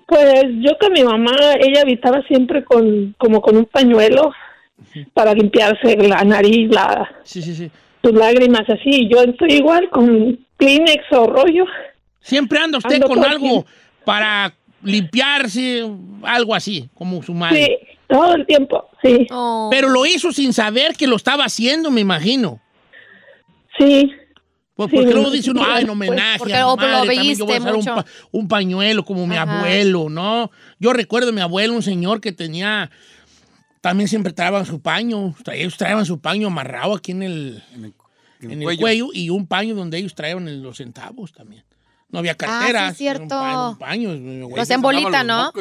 [SPEAKER 12] Pues yo con mi mamá, ella habitaba siempre con como con un pañuelo para limpiarse la nariz, la,
[SPEAKER 2] Sí, sí, sí.
[SPEAKER 12] sus lágrimas así. Yo estoy igual con Kleenex o rollo.
[SPEAKER 2] Siempre anda usted
[SPEAKER 12] Ando
[SPEAKER 2] con
[SPEAKER 12] todo
[SPEAKER 2] algo para limpiarse, algo así, como su madre.
[SPEAKER 12] Sí, todo el tiempo, sí.
[SPEAKER 2] Pero lo hizo sin saber que lo estaba haciendo, me imagino.
[SPEAKER 12] Sí.
[SPEAKER 2] Pues
[SPEAKER 12] Sí,
[SPEAKER 2] porque luego
[SPEAKER 12] sí,
[SPEAKER 2] dice uno,
[SPEAKER 12] sí,
[SPEAKER 2] ay, en
[SPEAKER 12] pues,
[SPEAKER 2] homenaje
[SPEAKER 12] porque
[SPEAKER 2] a mi
[SPEAKER 12] lo-
[SPEAKER 2] madre,
[SPEAKER 12] lo
[SPEAKER 2] también yo voy a
[SPEAKER 12] veíste
[SPEAKER 2] usar un,
[SPEAKER 12] mucho.
[SPEAKER 2] pa- un pañuelo como mi
[SPEAKER 12] Ajá.
[SPEAKER 2] abuelo, ¿no? Yo recuerdo a mi abuelo, un señor que tenía, también siempre traían su paño, tra- ellos traían su paño amarrado aquí en el, en el cuello. y un paño donde ellos traían el- los centavos también. No había carteras.
[SPEAKER 3] Ah, sí, cierto.
[SPEAKER 2] Era un pa- eran paños, güey.
[SPEAKER 3] Los Pues en bolita, ¿no?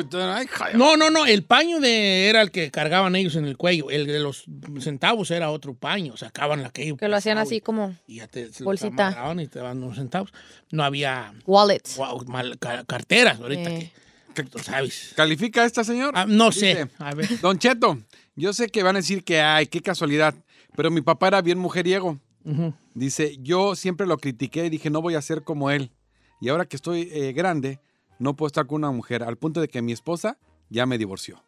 [SPEAKER 2] No, no, no. El paño de, era el que cargaban ellos en el cuello. El de los centavos era otro paño. Sacaban aquello.
[SPEAKER 3] Que lo hacían así como
[SPEAKER 2] te- se los
[SPEAKER 3] bolsita.
[SPEAKER 2] amarraban y te daban unos centavos. No había
[SPEAKER 3] Wallets.
[SPEAKER 2] guau, mal- ca- carteras ahorita.
[SPEAKER 3] Eh.
[SPEAKER 2] que- tú sabes. Ah,
[SPEAKER 11] ¿Califica esta señor?
[SPEAKER 2] no sé. A ver.
[SPEAKER 11] Don Cheto, yo sé que van a decir que, ay, qué casualidad, pero mi papá era bien mujeriego.
[SPEAKER 2] Ujú.
[SPEAKER 11] Dice, yo siempre lo critiqué y dije, no voy a ser como él. Y ahora que estoy eh, grande, no puedo estar con una mujer, al punto de que mi esposa ya me divorció.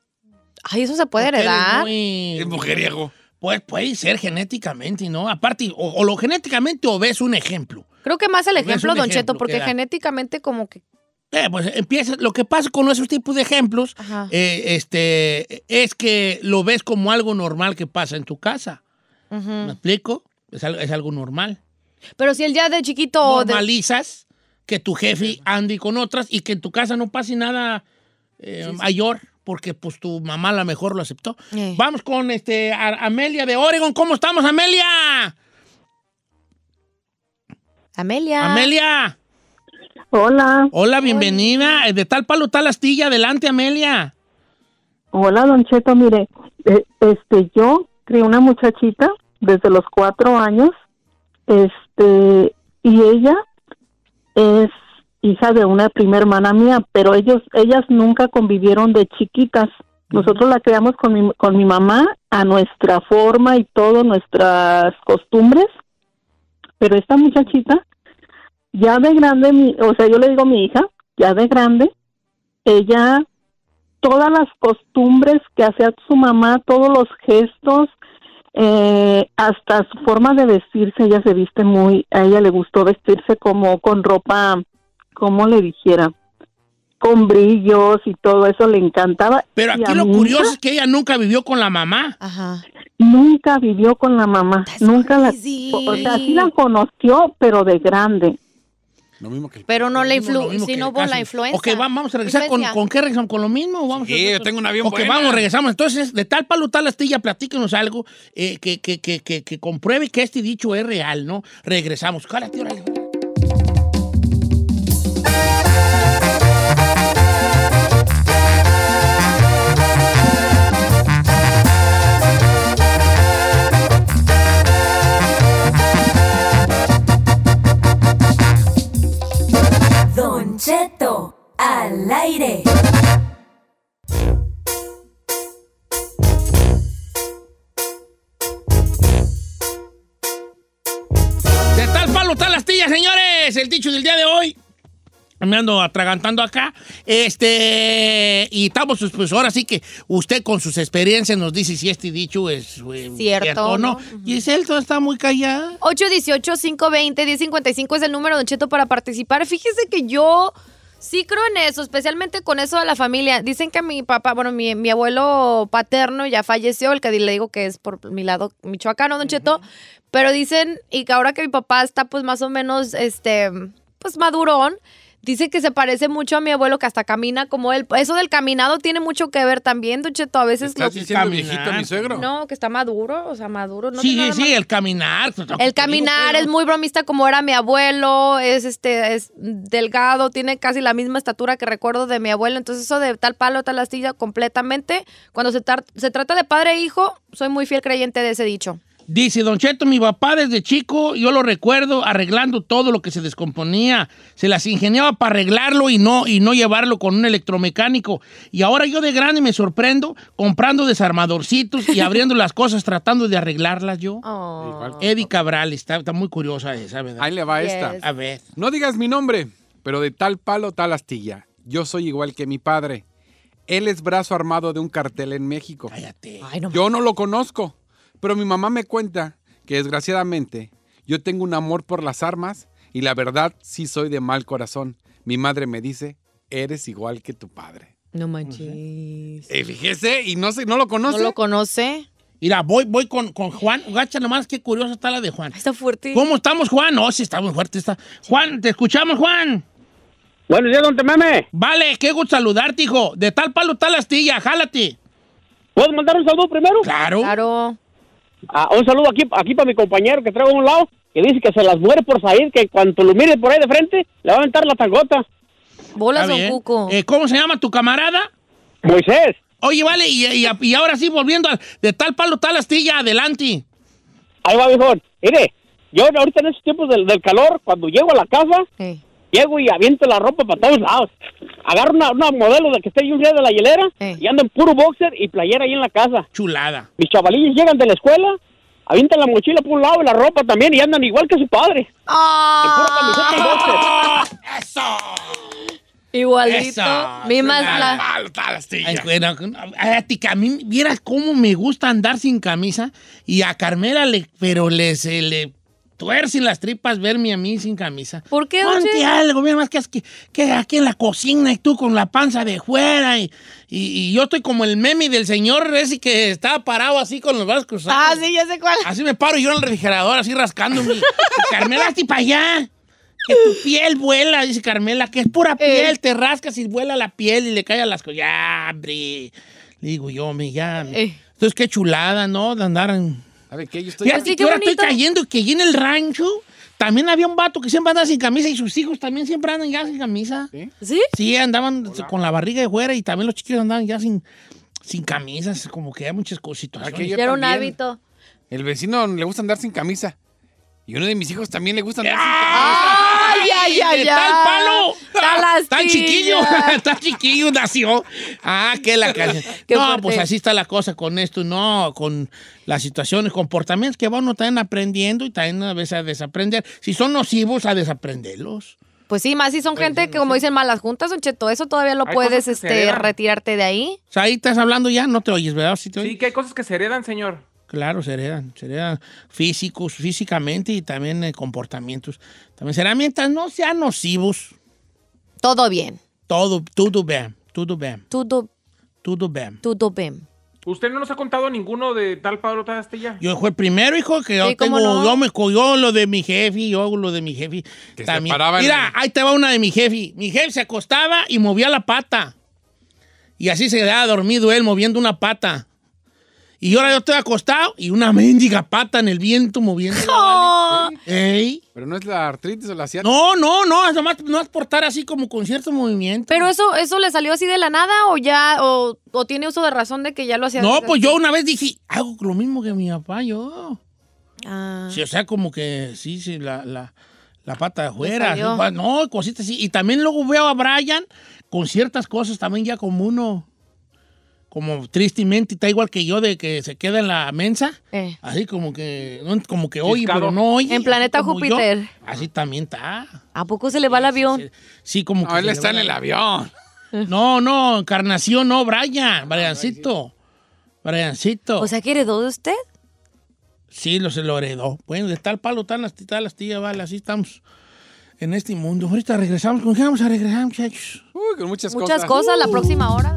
[SPEAKER 3] Ay, eso se puede heredar.
[SPEAKER 2] Es
[SPEAKER 11] mujeriego.
[SPEAKER 2] Pues puede ser genéticamente, ¿no? Aparte, o, o lo genéticamente o ves un ejemplo.
[SPEAKER 3] Creo que más el
[SPEAKER 2] Pues es
[SPEAKER 3] ejemplo,
[SPEAKER 2] un
[SPEAKER 3] Don
[SPEAKER 2] ejemplo
[SPEAKER 3] Cheto, porque
[SPEAKER 2] que da.
[SPEAKER 3] genéticamente como que.
[SPEAKER 2] Eh, pues empieza, lo que pasa con esos tipos de ejemplos
[SPEAKER 3] Ajá.
[SPEAKER 2] eh, este, es que lo ves como algo normal que pasa en tu casa.
[SPEAKER 3] Ujú.
[SPEAKER 2] ¿Me explico? Es algo, es algo normal.
[SPEAKER 3] Pero si él ya de chiquito. o de-
[SPEAKER 2] Normalizas que tu jefe ande con otras y que en tu casa no pase nada eh, mayor porque pues tu mamá a lo mejor lo aceptó.
[SPEAKER 3] Eh.
[SPEAKER 2] Vamos con este a- Amelia de Oregon. ¿Cómo estamos, Amelia?
[SPEAKER 3] Amelia.
[SPEAKER 2] Amelia.
[SPEAKER 12] Hola.
[SPEAKER 2] Hola, bienvenida. Eh, De tal palo, tal astilla. Adelante, Amelia.
[SPEAKER 12] Hola, Don Cheto, mire, eh, este, yo crié una muchachita desde los cuatro años, este, y ella es hija de una prima hermana mía, pero ellos, ellas nunca convivieron de chiquitas. Nosotros la creamos con mi, con mi mamá a nuestra forma y todo, nuestras costumbres, pero esta muchachita, ya de grande, mi, o sea, yo le digo mi hija, ya de grande, ella todas las costumbres que hacía su mamá, todos los gestos, eh, hasta su forma de vestirse, ella se viste muy, a ella le gustó vestirse como con ropa, como le dijera, con brillos y todo eso le encantaba.
[SPEAKER 2] Pero
[SPEAKER 12] Y
[SPEAKER 2] aquí
[SPEAKER 12] a
[SPEAKER 2] lo
[SPEAKER 12] mí
[SPEAKER 2] curioso es que ella nunca vivió con la mamá.
[SPEAKER 3] Ajá.
[SPEAKER 12] Nunca vivió con la mamá, nunca la, o sea, sí la conoció, pero de grande.
[SPEAKER 11] Lo mismo que el...
[SPEAKER 3] Pero no la
[SPEAKER 2] Lo
[SPEAKER 3] influ
[SPEAKER 2] mismo
[SPEAKER 3] si
[SPEAKER 2] que
[SPEAKER 3] no
[SPEAKER 2] el
[SPEAKER 3] hubo
[SPEAKER 2] caso.
[SPEAKER 3] la influencia.
[SPEAKER 2] Ok, va- vamos a regresar con,
[SPEAKER 3] Influencia.
[SPEAKER 2] con qué regresamos, con lo mismo. o Vamos a-
[SPEAKER 11] Sí, yo tengo una bien
[SPEAKER 2] Ok,
[SPEAKER 11] buena.
[SPEAKER 2] vamos, regresamos. Entonces, de tal palo, tal astilla, platíquenos algo eh, que, que, que, que, que compruebe que este dicho es real, ¿no? Regresamos. Cálate, órale.
[SPEAKER 10] Don Cheto al aire.
[SPEAKER 2] De tal palo, tal astilla, señores. El dicho del día de hoy. Me ando atragantando acá. Este. Y estamos, pues, pues, ahora sí que usted con sus experiencias nos dice si este dicho es eh,
[SPEAKER 3] Cierto,
[SPEAKER 2] o no.
[SPEAKER 3] ¿no?
[SPEAKER 2] Giselle, todo está muy callada.
[SPEAKER 3] 818-520-1055 es el número, Don Cheto, para participar. Fíjese que yo sí creo en eso, especialmente con eso de la familia. Dicen que mi papá, bueno, mi, mi abuelo paterno ya falleció, el que le digo que es por mi lado michoacano, Don Cheto. Pero dicen, y que ahora que mi papá está pues más o menos, este, pues madurón, dice que se parece mucho a mi abuelo que hasta camina como él. Eso del caminado tiene mucho que ver también, Don Cheto. A veces
[SPEAKER 11] ¿Estás
[SPEAKER 3] lo-
[SPEAKER 11] diciendo
[SPEAKER 2] caminar.
[SPEAKER 11] viejito a mi suegro?
[SPEAKER 3] No, que está maduro, o sea, maduro. No que
[SPEAKER 2] sí,
[SPEAKER 3] nada
[SPEAKER 2] sí,
[SPEAKER 3] más-
[SPEAKER 2] sí, el caminar. pues,
[SPEAKER 3] el caminar es muy bromista como era mi abuelo, es este es delgado, tiene casi la misma estatura que recuerdo de mi abuelo, entonces eso de tal palo, tal astilla completamente. Cuando se, tar- se trata de padre e hijo, soy muy fiel creyente de ese dicho.
[SPEAKER 2] Dice Don Cheto, mi papá desde chico, yo lo recuerdo arreglando todo lo que se descomponía. Se las ingeniaba para arreglarlo y no, y no llevarlo con un electromecánico. Y ahora yo de grande me sorprendo comprando desarmadorcitos y abriendo las cosas tratando de arreglarlas yo.
[SPEAKER 3] Ah.
[SPEAKER 2] Eddie Cabral, está, está muy curiosa esa, ¿verdad?
[SPEAKER 11] Ahí le va
[SPEAKER 2] Yes.
[SPEAKER 11] esta.
[SPEAKER 2] A ver.
[SPEAKER 11] No digas mi nombre, pero de tal palo, tal astilla. Yo soy igual que mi padre. Él es brazo armado de un cartel en México. Yo no lo conozco, pero mi mamá me cuenta que desgraciadamente yo tengo un amor por las armas y la verdad sí soy de mal corazón. Mi madre me dice, eres igual que tu padre.
[SPEAKER 3] No manches.
[SPEAKER 11] Eh, fíjese, y no, sé, no lo conoce.
[SPEAKER 3] No lo conoce.
[SPEAKER 2] Mira, voy, voy con, con Juan. Gacha nomás, qué curiosa está la de Juan.
[SPEAKER 3] Está fuerte.
[SPEAKER 2] ¿Cómo estamos, Juan? No, sí, está muy fuerte. Está. Juan, te escuchamos, Juan.
[SPEAKER 13] Buenos días, don Tememe.
[SPEAKER 2] Vale, qué gusto saludarte, hijo. De tal palo, tal astilla, jálate.
[SPEAKER 13] ¿Puedo mandar un saludo primero?
[SPEAKER 2] Claro.
[SPEAKER 3] Claro.
[SPEAKER 13] Ah, un saludo aquí, aquí para mi compañero que traigo a un lado. que dice que se las muere por salir, que cuando lo mire por ahí de frente, le va a aventar la tangota.
[SPEAKER 3] Bolas
[SPEAKER 2] Está
[SPEAKER 3] o
[SPEAKER 2] bien.
[SPEAKER 3] cuco.
[SPEAKER 2] Eh, ¿Cómo se llama tu camarada?
[SPEAKER 13] Moisés.
[SPEAKER 2] Oye, vale, y, y- y ahora sí, volviendo al- de tal palo, tal astilla, adelante.
[SPEAKER 13] Ahí va, viejón. Mire, yo ahorita en estos tiempos del, del calor, cuando llego a la casa, llego y aviento la ropa para todos lados. Agarro una, una modelo de que esté bien fría de la hielera y ando en puro boxer y playera ahí en la casa.
[SPEAKER 2] Chulada.
[SPEAKER 13] Mis chavalillos llegan de la escuela, avientan la mochila por un lado y la ropa también y andan igual que su padre.
[SPEAKER 3] Ah.
[SPEAKER 2] ¡Eso!
[SPEAKER 3] Igualito. Mismas la...
[SPEAKER 2] Ay, bueno, a ti, que a mí, vieras cómo me gusta andar sin camisa y a Carmela le, pero le, se le tuercen las tripas verme a mí sin camisa.
[SPEAKER 3] ¿Por qué, don
[SPEAKER 2] Ponte
[SPEAKER 3] Cheto?
[SPEAKER 2] algo, mira más que, que, que aquí en la cocina y tú con la panza de fuera y, y- y yo estoy como el meme del señor ese que estaba parado así con los brazos
[SPEAKER 3] Ah,
[SPEAKER 2] cruzados.
[SPEAKER 3] sí, ya sé cuál.
[SPEAKER 2] Así me paro yo en el refrigerador, así rascándome. Carmela, hazte para allá. Que tu piel vuela, dice Carmela, que es pura piel, te rascas y vuela la piel y le cae a las cosas. Ya, hombre. Le digo yo, me ya. me- Entonces, qué chulada, ¿no? De andar en.
[SPEAKER 11] ¿Sabe qué? Yo estoy...
[SPEAKER 2] Fíjate que ahora estoy cayendo que allí en el rancho también había un vato que siempre anda sin camisa y sus hijos también siempre andan ya sin camisa.
[SPEAKER 3] ¿Sí?
[SPEAKER 2] Sí, andaban con la barriga de fuera y también los chiquillos andaban ya sin, sin camisas, como que hay muchas cositas.
[SPEAKER 11] Aquí yo
[SPEAKER 3] Ya era un
[SPEAKER 11] también.
[SPEAKER 3] hábito.
[SPEAKER 11] El vecino le gusta andar sin camisa. Y uno de mis hijos también le gusta andar
[SPEAKER 3] ¡Ay, ay, ay, ay!
[SPEAKER 2] ¡Está el palo! Ah,
[SPEAKER 3] ¡Está
[SPEAKER 2] Está chiquillo, está chiquillo, nació. Ah, qué la canción.
[SPEAKER 3] Qué
[SPEAKER 2] no,
[SPEAKER 3] fuerte.
[SPEAKER 2] pues así está la cosa con esto, no, con las situaciones, comportamientos que va uno también aprendiendo y también a veces a desaprender. Si son nocivos, a desaprenderlos.
[SPEAKER 3] Pues sí, más si son gente que, como dicen, malas juntas, don Cheto. Eso todavía lo
[SPEAKER 2] Hay
[SPEAKER 3] puedes
[SPEAKER 2] cosas que se
[SPEAKER 3] este,
[SPEAKER 2] heredan.
[SPEAKER 3] retirarte de ahí.
[SPEAKER 2] O sea, ahí estás hablando ya, no te oyes, ¿verdad? Sí, te oyes.
[SPEAKER 5] Sí, que hay cosas que se heredan, señor.
[SPEAKER 2] Claro, se heredan, se heredan físicos, físicamente y también eh, comportamientos. También será mientras no sean nocivos.
[SPEAKER 3] Todo bien.
[SPEAKER 2] Todo, todo bien, todo bien,
[SPEAKER 3] Todo,
[SPEAKER 2] todo bien.
[SPEAKER 3] todo bien.
[SPEAKER 5] Usted no nos ha contado ninguno de tal Pablo Tastella.
[SPEAKER 2] Yo fue el primero, hijo, que yo
[SPEAKER 5] Sí, ¿cómo
[SPEAKER 2] tengo,
[SPEAKER 5] no?
[SPEAKER 2] yo me yo lo de mi jefe, yo hago lo de mi jefe.
[SPEAKER 11] se
[SPEAKER 2] También.
[SPEAKER 11] paraba en
[SPEAKER 2] Mira, ahí te va una de mi jefe. Mi jefe se acostaba y movía la pata. Y así se quedaba dormido él moviendo una pata. Y ahora yo estoy acostado y una mendiga pata en el viento moviendo.
[SPEAKER 5] Oh.
[SPEAKER 2] Ey.
[SPEAKER 11] Pero no es la artritis o la ciática.
[SPEAKER 2] No, no, no, nomás, no es portar así como con cierto movimiento.
[SPEAKER 3] Pero eso, eso le salió así de la nada o ya, o, o tiene uso de razón de que ya lo hacía.
[SPEAKER 2] No,
[SPEAKER 3] desde-
[SPEAKER 2] pues yo una vez dije, hago lo mismo que mi papá, yo.
[SPEAKER 3] Ah.
[SPEAKER 2] Sí, o sea, como que sí, sí, la, la, la pata de afuera.
[SPEAKER 3] salió.
[SPEAKER 2] sí, pa- no, cositas así. Y también luego veo a Brian con ciertas cosas también ya como uno, como tristemente, está igual que yo de que se queda en la mensa.
[SPEAKER 3] Eh.
[SPEAKER 2] Así como que, no, como que oye,
[SPEAKER 3] Ciscado.
[SPEAKER 2] pero no oye.
[SPEAKER 3] En
[SPEAKER 2] así
[SPEAKER 3] planeta
[SPEAKER 2] como yo.
[SPEAKER 3] Júpiter.
[SPEAKER 2] Así también está.
[SPEAKER 3] ¿A poco se le va el avión?
[SPEAKER 2] Sí, como que...
[SPEAKER 11] él
[SPEAKER 2] se le
[SPEAKER 11] está
[SPEAKER 2] va
[SPEAKER 11] en
[SPEAKER 2] la-
[SPEAKER 11] el avión.
[SPEAKER 2] No, no, encarnación, no, Brian,
[SPEAKER 11] Ah,
[SPEAKER 2] Briancito. Briancito.
[SPEAKER 3] O sea, ¿que heredó de usted?
[SPEAKER 2] Sí, lo, se lo heredó. Bueno, de tal palo, tal astilla, tal astilla, vale, así estamos en este mundo. Ahorita regresamos. ¿Con qué vamos a regresar, muchachos?
[SPEAKER 11] Uy, con muchas,
[SPEAKER 2] Uh.
[SPEAKER 3] Muchas cosas la próxima hora.